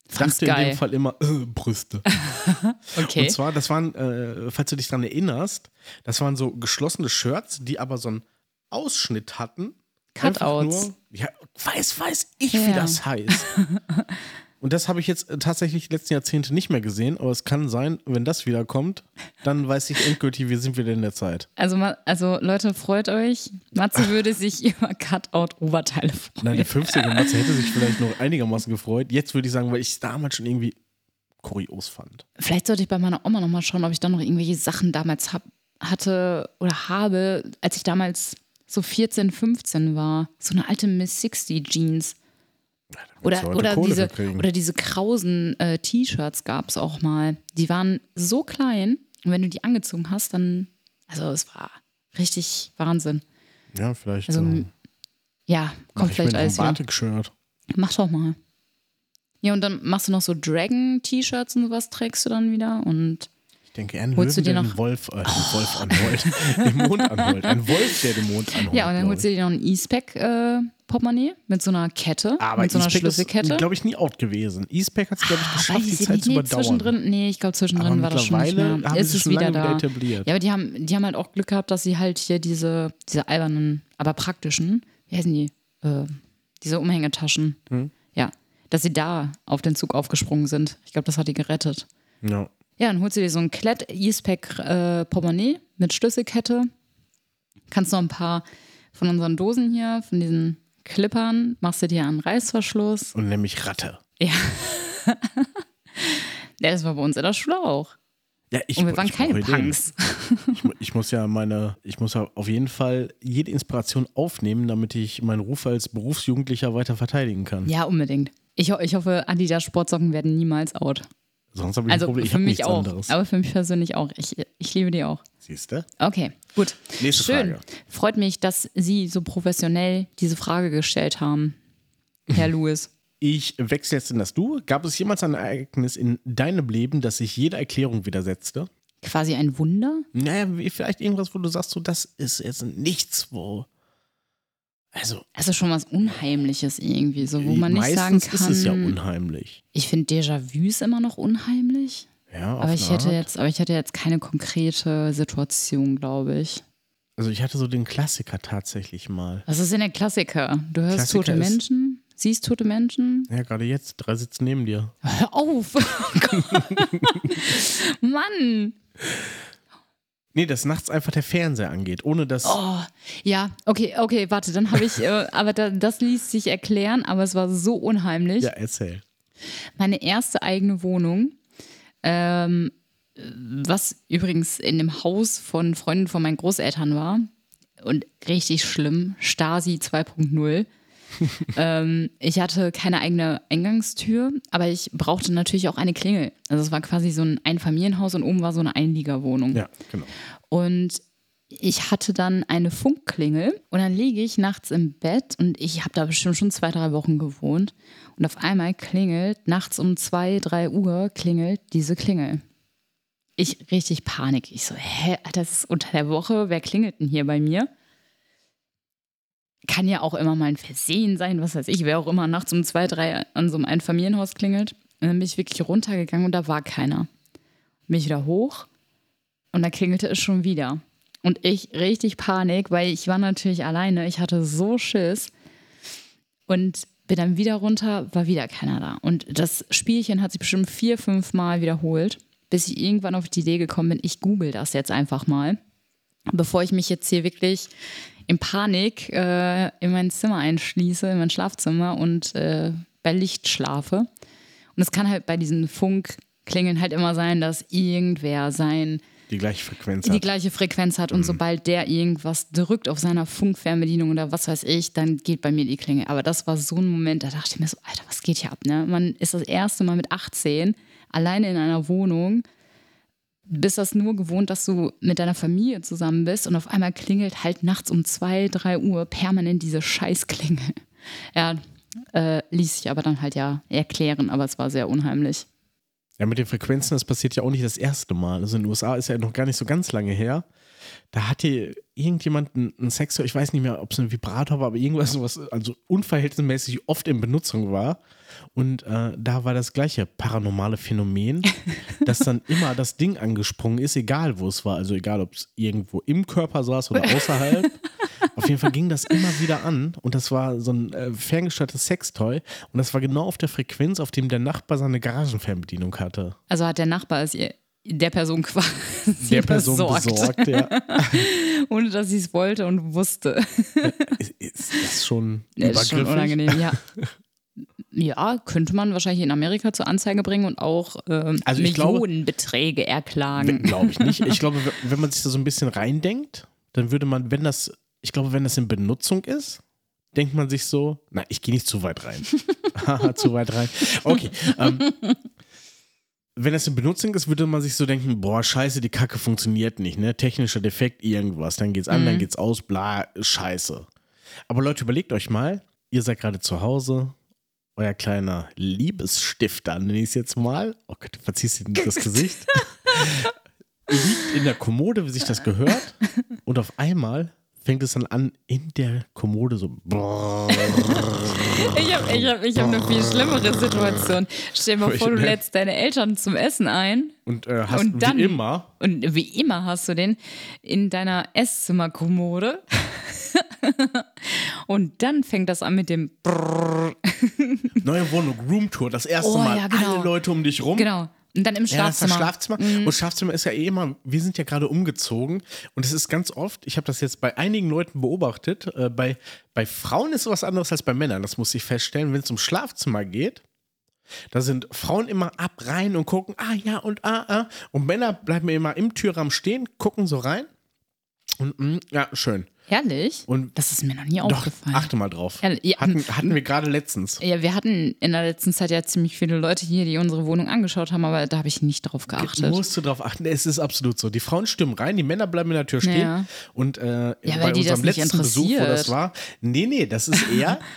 Fand's
dachte in
geil.
dem Fall immer, äh, Brüste. Ah,
Okay.
Und zwar, das waren, äh, falls du dich daran erinnerst, das waren so geschlossene Shirts, die aber so einen Ausschnitt hatten. Einfach
Cutouts.
nur- Ja, weiß, weiß ich, wie
Ja.
das heißt. Und das habe ich jetzt äh, tatsächlich die letzten Jahrzehnte nicht mehr gesehen, aber es kann sein, wenn das wiederkommt, dann weiß ich endgültig, wie sind wir denn in der Zeit.
Also, ma- also Leute, freut euch. Matze würde sich über Cutout-Oberteile freuen.
Nein, der 50er Matze hätte sich vielleicht noch einigermaßen gefreut. Jetzt würde ich sagen, weil ich es damals schon irgendwie kurios fand.
Vielleicht sollte ich bei meiner Oma nochmal schauen, ob ich da noch irgendwelche Sachen damals hab, hatte oder habe, als ich damals so 14, 15 war. So eine alte Miss 60 Jeans.
Willst du
Oder,
heute
oder,
Kohle
diese,
für kriegen?
oder diese krausen äh, T-Shirts gab es auch mal. Die waren so klein und wenn du die angezogen hast, dann, also es war richtig Wahnsinn.
ja, vielleicht.
Also,
äh,
Ja,
mach
kommt
ich mir
vielleicht
noch ein
alles wieder.
Batik-Shirt.
Mach doch mal. Ja, und dann machst du noch so Dragon-T-Shirts und sowas trägst du dann wieder und
Ich denke, eher einen
Holst
Löwen,
du dir
der
noch-
den Wolf, äh, den Wolf anholt. den Mond anholt. Ein Wolf, der den Mond anholt.
ja, und dann
glaub
holst
ich.
du dir noch ein E-Spec-Portemonnaie mit so einer Kette,
Ah, aber
mit so einer
Eastpak
Schlüsselkette. Ah,
ist, glaube ich, nie out gewesen. Eastpak hat es, glaube ich, geschafft,
Weiß
die
ich
Zeit
nicht,
zu
nee,
überdauern.
zwischendrin, nee, ich glaube, zwischendrin
Aber
war das schon nicht
mittlerweile
mehr.
haben
ist
sie
es
schon
wieder
lange wieder
da.
etabliert.
Ja, aber die haben, die haben halt auch Glück gehabt, dass sie halt hier diese, diese albernen, aber praktischen, wie heißen die, äh, diese Umhängetaschen,
Hm?
ja, dass sie da auf den Zug aufgesprungen sind. Ich glaube, das hat die gerettet.
Ja.
Ja, dann holst du dir so ein Klett Eastpack äh, Portemonnaie mit Schlüsselkette. Kannst noch ein paar von unseren Dosen hier, von diesen Clippern, machst du dir einen Reißverschluss.
Und nämlich Ratte.
Ja, das war bei uns in der Schule auch.
Ja, ich,
Und wir waren
ich
keine
brauche Ideen.
Punks.
Ich, mu- ich muss ja meine, ich muss ja auf jeden Fall jede Inspiration aufnehmen, damit ich meinen Ruf als Berufsjugendlicher weiter verteidigen kann.
Ja, unbedingt. Ich, ho- ich hoffe, Adidas Sportsocken werden niemals out.
Sonst habe ich ein
Also
Problem. Ich
für
habe
mich
nichts
auch.
anderes.
Aber für mich persönlich auch. Ich, ich liebe die auch.
Siehst du?
Okay, gut.
Nächste
Schön.
Frage.
Freut mich, dass Sie so professionell diese Frage gestellt haben, Herr Lewis.
Ich wechsle jetzt in das Du. Gab es jemals ein Ereignis in deinem Leben, das sich jeder Erklärung widersetzte?
Quasi ein Wunder?
Naja, wie- vielleicht irgendwas, wo du sagst, so, das ist jetzt nichts, wo. Also,
Also schon was Unheimliches irgendwie, so wo man nicht
Äh, meistens
sagen kann.
ist es ja unheimlich.
ich finde Déjà-vus immer noch unheimlich.
Ja, auf
Aber ich
eine
hätte
Art.
jetzt, aber ich hätte jetzt keine konkrete Situation, glaube ich.
Also, ich hatte so den Klassiker tatsächlich mal.
Was ist denn der Klassiker? Du hörst
Klassiker
tote
ist-
Menschen, siehst tote Menschen.
Ja, gerade jetzt, drei sitzen neben dir.
Hör auf! Mann!
Nee, dass nachts einfach der Fernseher angeht, ohne dass.
Oh, ja, okay, okay, warte, dann habe ich, äh, aber da, das ließ sich erklären, aber es war so unheimlich.
Ja, erzähl.
Meine erste eigene Wohnung, ähm, was übrigens in dem Haus von Freunden von meinen Großeltern war und richtig schlimm, Stasi 2.0. ähm, ich hatte keine eigene Eingangstür, aber ich brauchte natürlich auch eine Klingel. Also es war quasi so ein Einfamilienhaus und oben war so eine Einliegerwohnung.
Ja, genau.
Und ich hatte dann eine Funkklingel und dann liege ich nachts im Bett und ich habe da bestimmt schon zwei, drei Wochen gewohnt. Und auf einmal klingelt, nachts um zwei, drei Uhr klingelt diese Klingel. Ich richtig Panik. Ich so, hä, Alter, das ist unter der Woche, wer klingelt denn hier bei mir? Kann ja auch immer mal ein Versehen sein, was weiß ich, wer auch immer nachts um zwei, drei an so einem Einfamilienhaus klingelt. Und dann bin ich wirklich runtergegangen und da war keiner. Bin ich wieder hoch und da klingelte es schon wieder. Und ich richtig Panik, weil ich war natürlich alleine. Ich hatte so Schiss. Und bin dann wieder runter, war wieder keiner da. Und das Spielchen hat sich bestimmt vier, fünf Mal wiederholt, bis ich irgendwann auf die Idee gekommen bin, ich google das jetzt einfach mal, bevor ich mich jetzt hier wirklich in Panik äh, in mein Zimmer einschließe, in mein Schlafzimmer und äh, bei Licht schlafe. Und es kann halt bei diesen Funkklingeln halt immer sein, dass irgendwer sein
Die gleiche Frequenz
die
hat. Mhm.
gleiche Frequenz hat und sobald der irgendwas drückt auf seiner Funkfernbedienung oder was weiß ich, dann geht bei mir die Klinge. Aber das war so ein Moment, da dachte ich mir so, Alter, was geht hier ab? Ne? Man ist das erste Mal mit 18 alleine in einer Wohnung, bist das nur gewohnt, dass du mit deiner Familie zusammen bist und auf einmal klingelt halt nachts um zwei, drei Uhr permanent diese Scheißklingel. Ja, äh, ließ sich aber dann halt ja erklären, aber es war sehr unheimlich.
Ja, mit den Frequenzen, das passiert ja auch nicht das erste Mal. Also in den USA ist ja noch gar nicht so ganz lange her. Da hatte irgendjemand einen einen Sextor, ich weiß nicht mehr, ob es ein Vibrator war, aber irgendwas, was also unverhältnismäßig oft in Benutzung war. Und äh, da war das gleiche paranormale Phänomen, dass dann immer das Ding angesprungen ist, egal wo es war. Also egal, ob es irgendwo im Körper saß oder außerhalb. Auf jeden Fall ging das immer wieder an und das war so ein äh, ferngesteuertes Sextoy und das war genau auf der Frequenz, auf dem der Nachbar seine Garagenfernbedienung hatte.
Also hat der Nachbar es ihr, der Person quasi
Der Person
besorgt,
besorgt, ja.
ohne dass sie es wollte und wusste.
Ist, ist, ist schon
Ja,
übergriffig.
ist schon unangenehm, ja. Ja, könnte man wahrscheinlich in Amerika zur Anzeige bringen und auch ähm,
Also ich glaube-
Millionenbeträge erklagen.
Glaube ich nicht. Ich glaube, w- wenn man sich da so ein bisschen reindenkt, dann würde man, wenn das, ich glaube, wenn das in Benutzung ist, denkt man sich so, na, ich gehe nicht zu weit rein. Haha, zu weit rein. Okay. Ähm, wenn das in Benutzung ist, würde man sich so denken, boah, scheiße, die Kacke funktioniert nicht, ne? Technischer Defekt, irgendwas. Dann geht's
Mhm.
an, dann geht's aus, bla, scheiße. Aber Leute, überlegt euch mal, ihr seid gerade zu Hause, euer kleiner Liebesstifter, nenne ich es jetzt mal. Oh Gott, du verziehst dir das Gesicht. Liegt in der Kommode, wie sich das gehört. Und auf einmal fängt es dann an, in der Kommode so.
Ich habe ich hab, ich hab eine viel schlimmere Situation. Stell dir mal vor, du
Ich-
lädst deine Eltern zum Essen ein
Und äh, hast
Und dann-
wie immer.
und wie immer hast du den in deiner Esszimmerkommode. Und dann fängt das an mit dem Brrrr.
Neue Wohnung, Roomtour, das erste
Oh,
Mal.
ja, genau.
Alle Leute um dich rum.
Genau. Und dann im
Ja, das ist das
Schlafzimmer. Mhm.
Schlafzimmer. Und Schlafzimmer ist ja eh immer, wir sind ja gerade umgezogen und es ist ganz oft, ich habe das jetzt bei einigen Leuten beobachtet, äh, bei, bei Frauen ist es was anderes als bei Männern, das muss ich feststellen, wenn es um Schlafzimmer geht, da sind Frauen immer ab rein und gucken, ah ja und ah, ah. Und Männer bleiben immer im Türrahmen stehen, gucken so rein und mm, ja, schön.
Ehrlich?
Und
das ist mir noch nie
Doch,
aufgefallen.
achte mal drauf.
Ja, ja.
Hatten, hatten wir gerade letztens.
Ja, wir hatten in der letzten Zeit ja ziemlich viele Leute hier, die unsere Wohnung angeschaut haben, aber da habe ich nicht drauf geachtet.
Musst du drauf achten. Es ist absolut so. Die Frauen stimmen rein, die Männer bleiben in der Tür stehen.
Ja.
Und äh,
weil
bei
die
unserem
das nicht
letzten Besuch, wo das
interessiert.
war, nee, nee, das ist eher.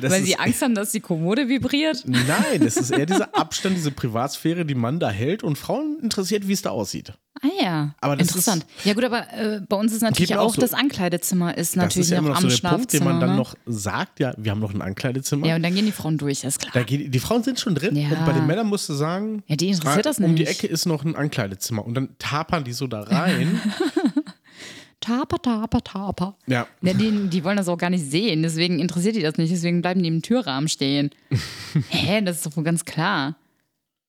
Das
Weil
ist,
sie Angst haben, dass die Kommode vibriert?
Nein, das ist eher dieser Abstand, diese Privatsphäre, die man da hält und Frauen interessiert, wie es da aussieht.
Ah ja,
Aber das
interessant. ja gut, aber äh, bei uns ist
Geht
natürlich
mir
auch,
auch so.
das Ankleidezimmer ist
Das
natürlich
ist ja
noch
immer noch
am
so der
Schlafzimmer.
Punkt, den man dann
ne?
noch sagt, ja, wir haben noch ein Ankleidezimmer.
ja, und dann gehen die Frauen durch, das ist klar.
Da geht, die Frauen sind schon drin
Ja.
und bei den Männern musst du sagen,
Ja, die interessiert
ah,
das
um die
nicht.
Ecke ist noch ein Ankleidezimmer und dann tapern die so da rein.
Taper, taper, taper.
ja,
Ja, die, die wollen das auch gar nicht sehen, deswegen interessiert die das nicht, deswegen bleiben die im Türrahmen stehen. Hä, das ist doch wohl ganz klar.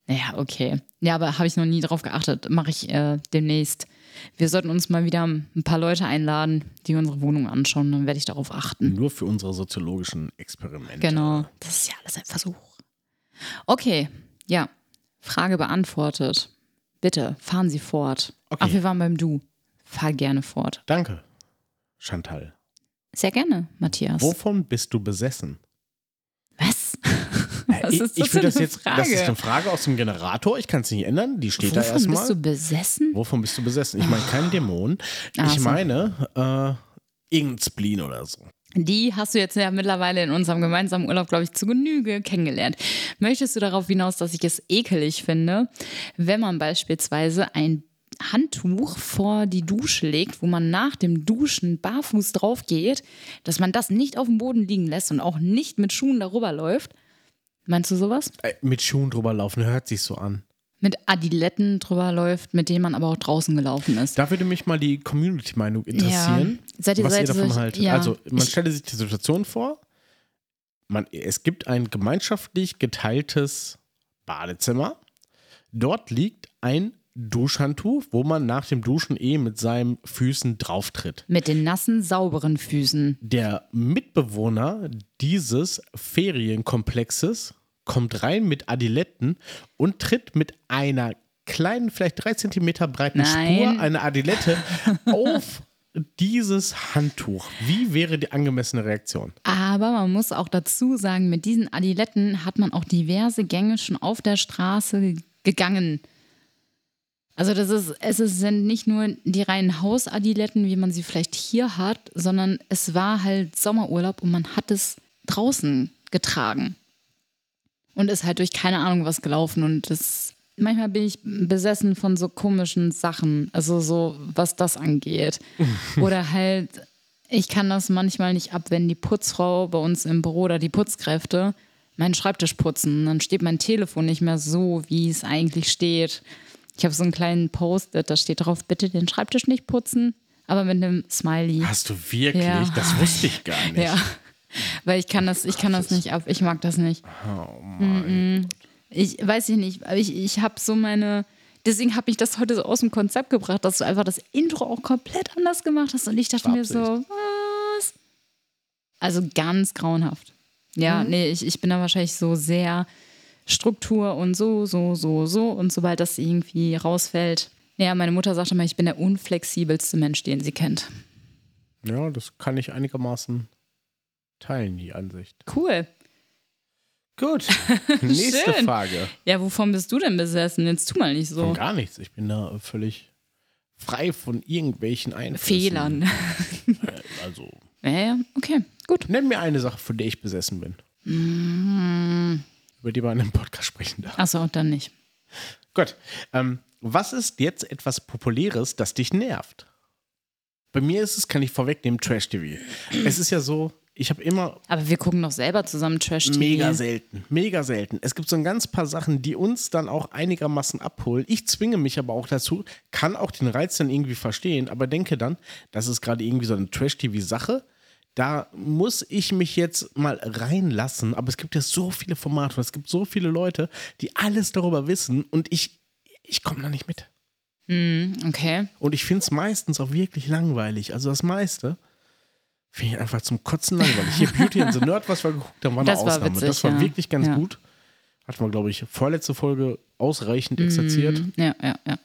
Ja, okay. Ja, aber habe ich noch nie drauf geachtet. Mache ich äh, demnächst. Wir sollten uns mal wieder ein paar Leute einladen, die unsere Wohnung anschauen, dann werde ich darauf achten.
nur für unsere soziologischen Experimente.
Hm. Genau. Das ist ja alles ein Versuch. Okay, ja. Frage beantwortet. Bitte, fahren Sie fort.
Okay.
Ach, wir waren beim Du. Fahr gerne fort.
Danke, Chantal.
Sehr gerne, Matthias.
Wovon bist du besessen?
Was?
Äh,
Was
ich-
ist
ich
das
will
denn
das
für
jetzt,
Frage?
Das ist eine Frage aus dem Generator. Ich kann es nicht ändern. Die steht da
Wovon
erstmal.
bist du besessen?
Wovon bist du besessen? Ich meine, kein Dämon.
Ah,
ich
so.
meine, äh, irgendein Spleen oder so.
Die hast du jetzt ja mittlerweile in unserem gemeinsamen Urlaub, glaube ich, zu Genüge kennengelernt. Möchtest du darauf hinaus, dass ich es ekelig finde, wenn man beispielsweise ein Handtuch vor die Dusche legt, wo man nach dem Duschen barfuß drauf geht, dass man das nicht auf dem Boden liegen lässt und auch nicht mit Schuhen darüber läuft? Meinst du sowas?
Äh, mit Schuhen drüber laufen, hört sich so an.
Mit Adiletten drüber läuft, mit denen man aber auch draußen gelaufen ist.
Da würde mich mal die Community-Meinung interessieren,
Ja. Seid ihr-
was
seid
ihr
ihr
davon
solche-
haltet.
ja.
Also, man
Ich-
stelle sich die Situation vor, man, es gibt ein gemeinschaftlich geteiltes Badezimmer. Dort liegt ein Duschhandtuch, wo man nach dem Duschen eh mit seinen Füßen drauftritt.
Mit den nassen, sauberen Füßen.
Der Mitbewohner dieses Ferienkomplexes kommt rein mit Adiletten und tritt mit einer kleinen, vielleicht drei Zentimeter breiten
Nein.
Spur einer Adilette auf dieses Handtuch. Wie wäre die angemessene Reaktion?
Aber man muss auch dazu sagen, mit diesen Adiletten hat man auch diverse Gänge schon auf der Straße gegangen. Also das ist, es ist, sind nicht nur die reinen Hausadiletten, wie man sie vielleicht hier hat, sondern es war halt Sommerurlaub und man hat es draußen getragen. Und ist halt durch keine Ahnung was gelaufen. Und das manchmal bin ich besessen von so komischen Sachen, also so, was das angeht. Oder halt, ich kann das manchmal nicht ab, wenn die Putzfrau bei uns im Büro oder die Putzkräfte meinen Schreibtisch putzen. Dann steht mein Telefon nicht mehr so, wie es eigentlich steht. Ich habe so einen kleinen Post-it, da steht drauf, bitte den Schreibtisch nicht putzen, aber mit einem Smiley.
Hast du wirklich?
Ja.
Das wusste ich gar nicht.
Ja. Weil ich kann das, ich kann das nicht ab, ich mag das nicht.
Oh Mann.
Ich weiß ich nicht, aber ich, ich habe so meine. Deswegen habe ich das heute so aus dem Konzept gebracht, dass du einfach das Intro auch komplett anders gemacht hast und ich dachte mir so, was? Also ganz grauenhaft. Ja, nee, ich, ich bin da wahrscheinlich so sehr Struktur und so, so, so, so und sobald das irgendwie rausfällt. Ja, meine Mutter sagte mal, ich bin der unflexibelste Mensch, den sie kennt.
Ja, das kann ich einigermaßen teilen, die Ansicht.
Cool.
Gut. Nächste
Schön.
Frage.
Ja, wovon bist du denn besessen? Jetzt tu mal nicht
Von
so.
gar nichts. Ich bin da völlig frei von irgendwelchen Einflüssen.
Fehlern.
Also,
Ja, ja, okay, gut.
nenn mir eine Sache, von der ich besessen bin. Über die man im Podcast sprechen darf.
Achso, dann nicht.
Gut. Ähm, was ist jetzt etwas Populäres, das dich nervt? Bei mir ist es, kann ich vorwegnehmen, Trash-TV. es ist ja so, ich habe immer
Aber wir gucken doch selber zusammen Mhm, Trash-TV.
Mega selten, mega selten. Es gibt so ein ganz paar Sachen, die uns dann auch einigermaßen abholen. Ich zwinge mich aber auch dazu, kann auch den Reiz dann irgendwie verstehen, aber denke dann, das ist gerade irgendwie so eine Trash-TV-Sache. Da muss ich mich jetzt mal reinlassen. Aber es gibt ja so viele Formate und es gibt so viele Leute, die alles darüber wissen und ich, ich komme da nicht mit.
Okay.
Und ich finde es meistens auch wirklich langweilig. Also das meiste finde ich einfach zum Kotzen langweilig. Hier Beauty and the Nerd, was wir geguckt haben, war eine
Das war
Ausnahme.
witzig,
das war
ja.
wirklich ganz
Ja.
gut. Hat man, glaube ich, vorletzte Folge ausreichend exerziert.
Mhm, Ja, ja, ja. äh,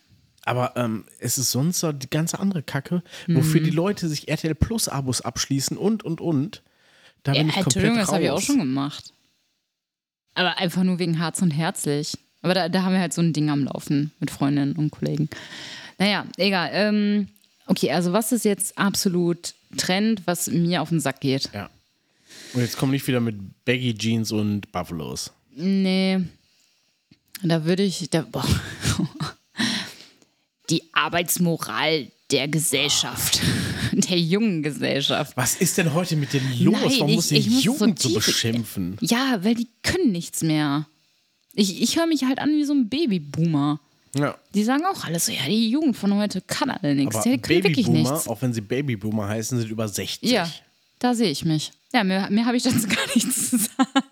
Aber ähm, es ist sonst so die ganze andere Kacke, wofür
Mhm.
die Leute sich RTL Plus Abos abschließen und, und, und. Da bin
ja
ich
Entschuldigung,
komplett raus.
das habe ich auch schon gemacht. Aber einfach nur wegen Harz und Herzlich. Aber da, da haben wir halt so ein Ding am Laufen mit Freundinnen und Kollegen. Naja, egal. Ähm, okay, also was ist jetzt absolut Trend, was mir auf den Sack geht?
ja. Und jetzt komm nicht wieder mit Baggy Jeans und Buffalos.
Nee. Da würde ich. Da, boah. Die Arbeitsmoral der Gesellschaft, der jungen Gesellschaft.
Was ist denn heute mit den los?
Nein,
Warum
ich-
muss die
ich muss so
Jugend so
tief-
beschimpfen?
Ja, weil die können nichts mehr. Ich, ich höre mich halt an wie so ein Babyboomer.
Ja.
Die sagen auch alles so, ja, die Jugend von heute kann alle nichts.
Aber
Ja, die können wirklich
Babyboomer,
nichts.
auch wenn sie Babyboomer heißen, sind über 60.
Ja, da sehe ich mich. Ja, mehr, mehr habe ich dazu gar nichts zu sagen.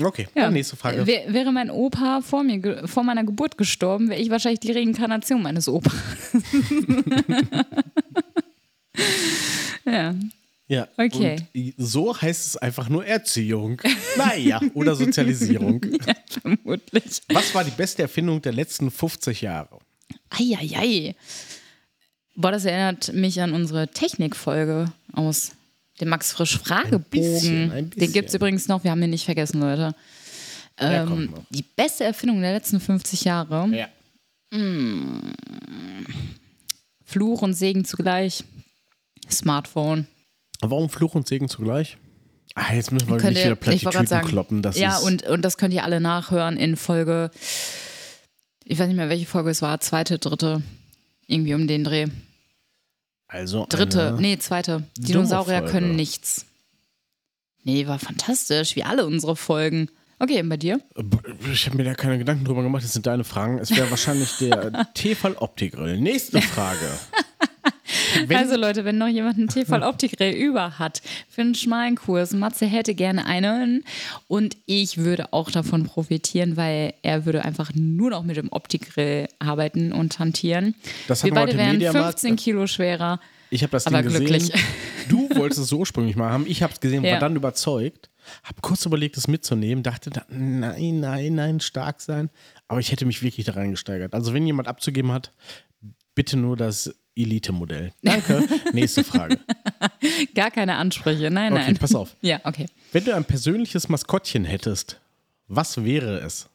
Okay,
Ja. Äh,
dann nächste Frage.
Wär, wäre mein Opa vor, mir ge- vor meiner Geburt gestorben, wäre ich wahrscheinlich die Reinkarnation meines Opas. ja.
ja.
okay.
Und so heißt es einfach nur Erziehung. naja, oder Sozialisierung.
ja, vermutlich.
Was war die beste Erfindung der letzten 50 Jahre?
Eieiei. Boah, das erinnert mich an unsere Technikfolge aus dem Max Frisch Fragebogen.
Ein bisschen, ein bisschen.
Den gibt es übrigens noch, wir haben den nicht vergessen, Leute.
Der kommt
Ähm,
noch.
die beste Erfindung der letzten 50 Jahre.
Ja.
Fluch und Segen zugleich. Smartphone.
Warum Fluch und Segen zugleich? Ah, jetzt müssen wir
Könnt
nicht
ihr-
wieder
ich wollte
Plattitüden
gerade sagen,
kloppen. Das
ja,
ist,
und, und das könnt ihr alle nachhören in Folge, ich weiß nicht mehr, welche Folge es war, zweite, dritte, irgendwie um den Dreh.
also
Dritte,
eine-
nee, zweite. Dinosaurier
Folge.
können nichts. Nee, war fantastisch, wie alle unsere Folgen. Okay, und bei dir?
Ich habe mir da keine Gedanken drüber gemacht. Das sind deine Fragen. Es wäre wahrscheinlich der Tefal Opti-Grill. Nächste Frage. Wenn-
also Leute, wenn noch jemand einen Tefal Optikgrill über hat für einen schmalen Kurs, Matze hätte gerne einen und ich würde auch davon profitieren, weil er würde einfach nur noch mit dem Optikgrill arbeiten und hantieren.
Das
Wir
hatten wir
beide
heute im
wären
Mediamarkt.
15 Kilo schwerer.
Ich habe das
Aber
Ding
glücklich.
gesehen. Du wolltest es so ursprünglich mal haben. Ich habe es gesehen, war
Ja.
dann überzeugt. Habe kurz überlegt, es mitzunehmen. Dachte, da- nein, nein, nein, stark sein. Aber ich hätte mich wirklich da reingesteigert. Also wenn jemand abzugeben hat, bitte nur das Elite-Modell. Danke. Nächste Frage.
Gar keine Ansprüche, nein,
Okay,
nein.
pass auf.
Ja, okay.
Wenn du ein persönliches Maskottchen hättest, Was wäre es?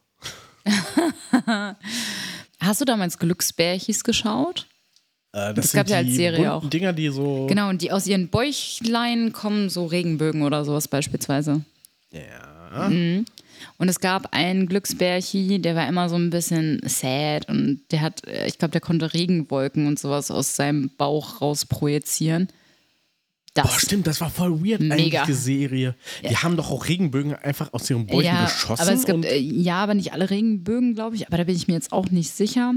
Hast du damals Glücksbärchis geschaut?
Äh,
Das gab's ja als Serie
bunten
auch.
Dinger, die so.
Genau, und die aus ihren Bäuchlein kommen so Regenbögen oder sowas beispielsweise. Mhm.
Ja.
Und es gab einen Glücksbärchi, der war immer so ein bisschen sad und der hat, äh, ich glaube, der konnte Regenwolken und sowas aus seinem Bauch raus projizieren. Das.
Boah, stimmt, das war voll weird
Mega.
eigentlich, die Serie. Die haben doch auch Regenbögen einfach aus ihren Bäuchen
ja,
geschossen.
aber es gibt,
und
äh, ja, aber nicht alle Regenbögen, glaube ich, aber da bin ich mir jetzt auch nicht sicher.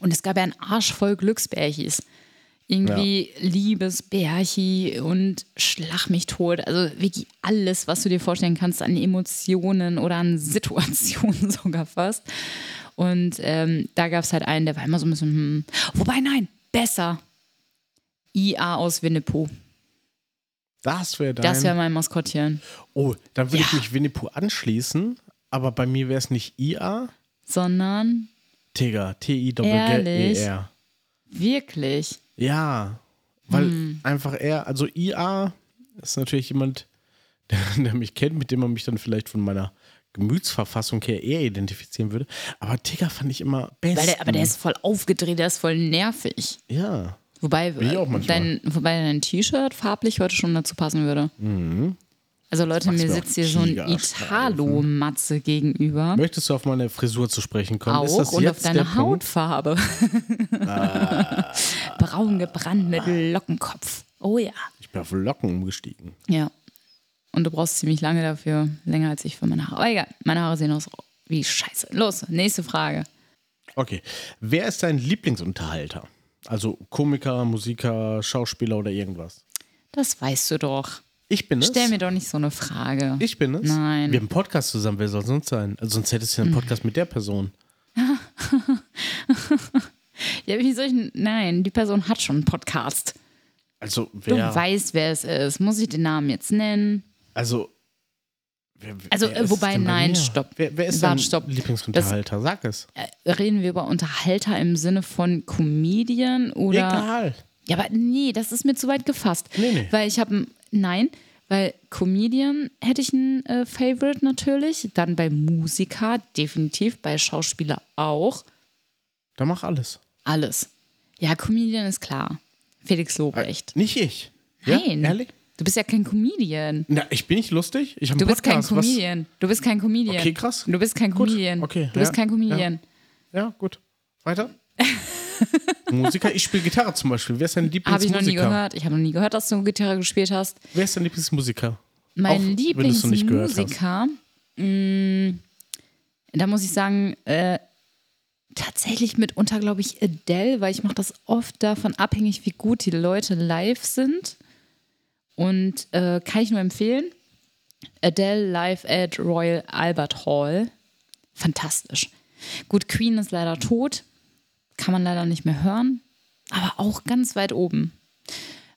Und es gab ja einen Arsch voll Glücksbärchis. Irgendwie Liebesbärchi und Schlag mich tot. Also wirklich alles, was du dir vorstellen kannst an Emotionen oder an Situationen sogar fast. Und ähm, da gab es halt einen, der war immer so ein bisschen, hm. wobei nein, besser. IA aus Winnetou.
das wäre dein.
Das wäre mein Maskottchen.
oh, dann würde ich
Ja.
mich Winnetou anschließen, aber bei mir wäre es nicht IA,
Sondern
Tiger, E
Ehrlich?
T-I-G-E-R.
wirklich.
Ja, weil
Hm.
einfach er, also IA ist natürlich jemand, der, der mich kennt, mit dem man mich dann vielleicht von meiner Gemütsverfassung her eher identifizieren würde. Aber Tigger fand ich immer best.
Weil der, aber der ist voll aufgedreht, der ist voll nervig.
ja.
Wobei,
Bin ich auch manchmal.
dein, wobei dein T-Shirt farblich heute schon dazu passen würde.
Mhm.
Also Leute,
Magst
mir
mir auch
sitzt hier so ein
Tigerstreifen.
Italo-Matze gegenüber.
Möchtest du auf meine Frisur zu sprechen kommen? ist das
Auch und
jetzt
auf
der
deine
Punkt? Ah.
Hautfarbe. Braun gebrannt mit Lockenkopf. Oh ja.
Ich bin auf Locken umgestiegen.
Ja. Und du brauchst ziemlich lange dafür, länger als ich für meine Haare. Aber egal, meine Haare sehen aus wie scheiße. Los, nächste Frage.
Okay. Wer ist dein Lieblingsunterhalter? Also Komiker, Musiker, Schauspieler oder irgendwas?
Das weißt du doch.
Ich bin es.
Stell mir doch nicht so eine Frage.
ich bin es.
Nein. Mhm.
Wir haben einen Podcast zusammen. Wer soll sonst sein? Also sonst hättest du einen Podcast mit der Person.
Ja, wie soll ich. denn- Nein, die Person hat schon einen Podcast.
Also
Du
wer?
weißt, wer es ist. Muss ich den Namen jetzt nennen?
Also, wer, wer-
Also,
wer
äh,
ist
wobei,
denn bei
nein,
mir?
stopp.
Wer, wer ist
Warte,
dein
stopp.
Lieblingsunterhalter? Sag es.
Äh, Reden wir über Unterhalter im Sinne von Comedian oder.
Egal.
Ja, aber nee, das ist mir zu weit gefasst.
Nee, nee.
Weil ich habe. Nein, weil Comedian hätte ich ein äh, Favorite natürlich. Dann bei Musiker definitiv, bei Schauspieler auch.
Dann mach alles.
Alles. Ja, Comedian ist klar. Felix Lobrecht.
Nicht ich.
Nein.
Ja? Ehrlich?
Du bist ja kein Comedian.
Na, ich bin nicht lustig. Ich habe
Du
einen
bist kein
Podcast. Was-
Comedian. Du bist kein Comedian.
Okay, krass.
Du bist kein
Gut,
Comedian.
okay,
Du bist
ja,
kein Comedian.
Ja, gut. Weiter. Musiker, ich spiele Gitarre zum Beispiel. Wer ist dein
Habe ich noch
Lieblingsmusiker?
nie gehört. Ich habe noch nie gehört, dass du Gitarre gespielt hast.
Wer ist dein Lieblingsmusiker? Auch wenn
Mein
du es noch nicht gehört hast.
Lieblingsmusiker, mh, da muss ich sagen, äh, tatsächlich mitunter, glaube ich, Adele, weil ich mache das oft davon abhängig, wie gut die Leute live sind. Und äh, kann ich nur empfehlen. Adele live at Royal Albert Hall. Fantastisch. Gut, Queen ist leider tot. Kann man leider nicht mehr hören. Aber auch ganz weit oben.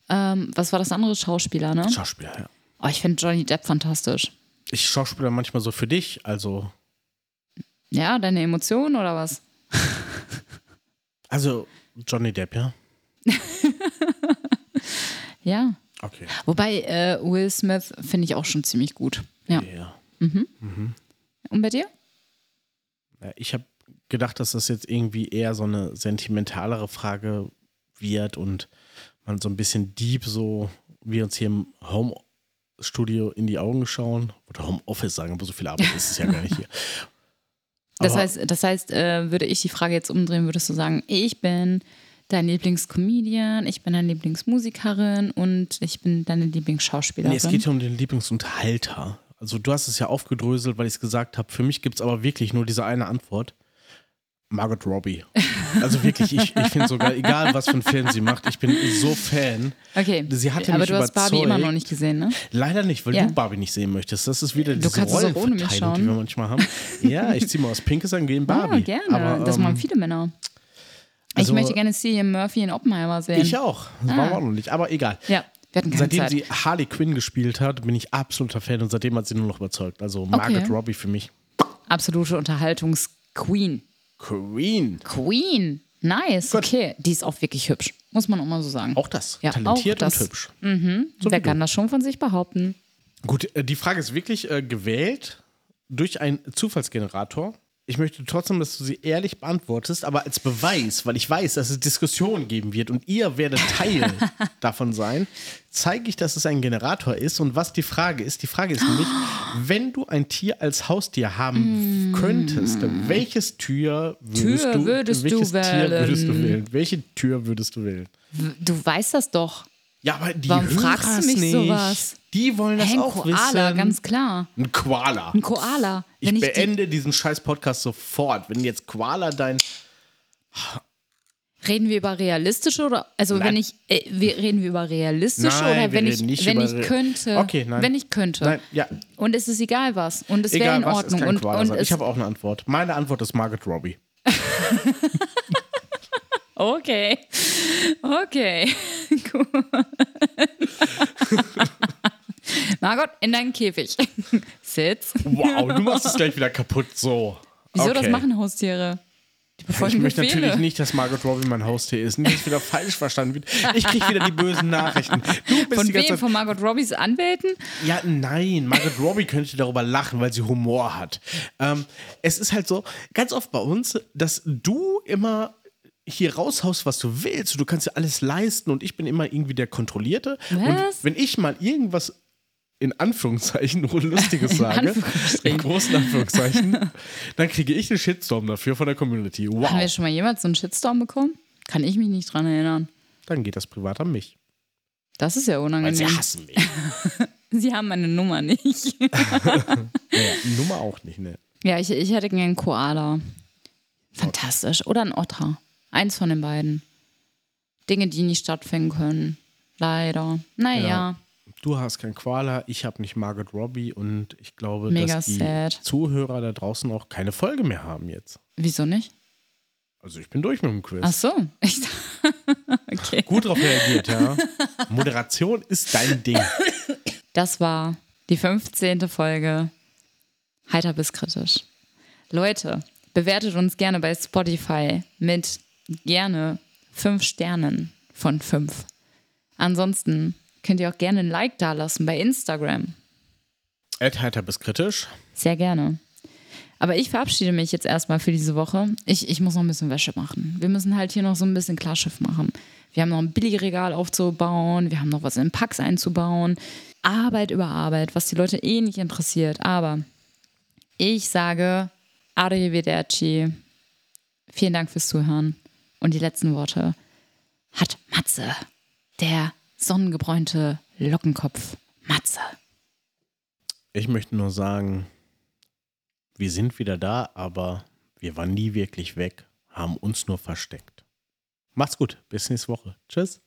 Ähm, was war das andere Schauspieler, ne?
Schauspieler, ja.
Oh, ich finde Johnny Depp fantastisch.
Ich schauspieler manchmal so für dich, also.
Ja, deine Emotionen oder was?
Also, Johnny Depp, ja?
Ja.
Okay.
Wobei äh, Will Smith finde ich auch schon ziemlich gut. Ja.
Ja.
Und bei dir?
Ja, Ich habe gedacht, dass das jetzt irgendwie eher so eine sentimentalere Frage wird und man so ein bisschen deep so, wir uns hier im Home-Studio in die Augen schauen. Oder Homeoffice sagen, aber so viel Arbeit ist es ja gar nicht hier.
Das
Aber-
heißt, das heißt äh, würde ich die Frage jetzt umdrehen, würdest du sagen, ich bin dein Lieblingscomedian, ich bin deine Lieblingsmusikerin und ich bin deine Lieblingsschauspielerin.
Nee, es geht ja um den Lieblingsunterhalter. Also du hast es ja aufgedröselt, weil ich es gesagt habe. Für mich gibt es aber wirklich nur diese eine Antwort. Margot Robbie. Also wirklich, ich, ich finde sogar, egal was für einen Film sie macht, ich bin so Fan.
okay,
Sie hatte
aber
mich
du hast Barbie immer
überzeugt.
noch nicht gesehen, ne?
Leider nicht, weil
Ja.
du Barbie nicht sehen möchtest. Das ist wieder diese
kannst es auch ohne mich
Rollenverteilung, die
schauen.
wir manchmal haben. Ja, ich ziehe mal aus Pinkes an, gehe in Barbie.
Ah, gerne.
Aber,
das
ähm,
machen viele Männer.
also-
ich möchte gerne Cillian Murphy in Oppenheimer sehen.
Ich auch. Das waren wir auch noch nicht. Aber egal.
Ah. Ja, wir hatten keine
Seitdem
Zeit.
sie Harley Quinn gespielt hat, bin ich absoluter Fan und seitdem hat sie nur noch überzeugt. Also Margot
Okay.
Robbie für mich.
Absolute Unterhaltungsqueen.
Queen.
Queen. Nice. Okay, die ist auch wirklich hübsch. Muss man auch mal so sagen.
Auch das.
Ja,
Talentiert
auch das. Mhm.
und hübsch.
Wer kann das schon von sich behaupten?
Gut, äh, die Frage ist wirklich äh, gewählt durch einen Zufallsgenerator. Ich möchte trotzdem, dass du sie ehrlich beantwortest, aber als Beweis, weil ich weiß, dass es Diskussionen geben wird und ihr werdet Teil davon sein, zeige ich, dass es ein Generator ist und was die Frage ist. Die Frage ist nämlich, wenn du ein Tier als Haustier haben könntest, welches Tür würdest
Mm. Tür
du,
würdest
welches
du
Tier
wählen?
würdest du wählen? Welche Tür würdest du wählen?
W- Du weißt das doch.
Ja, aber die
Warum
Hörers
fragst du mich
nicht.
sowas?
Die wollen das
Hey, ein
auch
Koala,
wissen.
ganz klar.
ein Koala.
Ein Koala.
Ich
Wenn ich, die,
beende diesen scheiß Podcast sofort. Wenn jetzt Koala dein.
reden wir über realistische oder also
Nein.
wenn ich äh, wir reden wir über realistische
Nein, wir
oder wenn ich
reden nicht
wenn
über
ich
re-
könnte
Okay, nein.
wenn ich könnte
Nein, ja,
und es ist egal was und es wäre
egal
in
was,
Ordnung
es kann
und,
Koala
und
sein.
es,
Ich habe auch eine Antwort. Meine Antwort ist Margaret Robbie.
okay okay Gut. Margot in deinen Käfig sitz
Wow, du machst es gleich wieder kaputt. So.
wieso das
Okay.
machen Haustiere die
Ich
befolgen
möchte
Befehle
natürlich nicht, dass Margaret Robbie mein Haustier ist. Nicht, dass wieder falsch verstanden wird. Ich kriege wieder die bösen Nachrichten. Du bist
von
die ganze
wem
Zeit
von Margot Robbies Anwälten
Ja, nein, Margaret Robbie könnte darüber lachen, weil sie Humor hat. Ähm, es ist halt so, ganz oft bei uns, dass du immer hier raushaust, was du willst. Du kannst dir alles leisten und ich bin immer irgendwie der Kontrollierte. Und
Was?
wenn ich mal irgendwas in Anführungszeichen nur Lustiges sage, in großen Anführungszeichen, dann kriege ich einen Shitstorm dafür von der Community.
haben wir
Wow,
schon mal jemals so einen Shitstorm bekommen kann ich mich nicht dran erinnern
dann geht das privat an mich.
das ist ja
Weil sie
unangenehm.
hassen mich.
Sie haben meine Nummer nicht.
Naja, Nummer auch nicht, ne?
ja, ich, ich hätte gerne einen Koala. Fantastisch. Oder einen Otter. Eins von den beiden. Dinge, die nicht stattfinden können. Leider. Naja.
Ja. Du hast kein Koala, ich habe nicht Margaret Robbie und ich glaube,
Mega
dass die
sad.
Zuhörer da draußen auch keine Folge mehr haben jetzt.
Wieso nicht?
Also ich bin durch mit dem Quiz.
Ach so. Ich, okay.
Gut drauf reagiert, ja. Moderation ist dein Ding.
Das war die 15. Folge Heiter bis kritisch. Leute, bewertet uns gerne bei Spotify mit gerne 5 Sternen von 5. Ansonsten könnt ihr auch gerne ein Like dalassen bei Instagram.
Ed heiter bis kritisch.
Sehr gerne. Aber ich verabschiede mich jetzt erstmal für diese Woche. Ich, ich muss noch ein bisschen Wäsche machen. Wir müssen halt hier noch so ein bisschen Klarschiff machen. Wir haben noch ein Billigregal aufzubauen, wir haben noch was in Packs einzubauen. Arbeit über Arbeit, was die Leute eh nicht interessiert. Aber ich sage Arrivederci. Vielen Dank fürs Zuhören. Und die letzten Worte hat Matze, der sonnengebräunte Lockenkopf. Matze.
Ich möchte nur sagen, wir sind wieder da, aber wir waren nie wirklich weg, haben uns nur versteckt. Macht's gut, bis nächste Woche. Tschüss.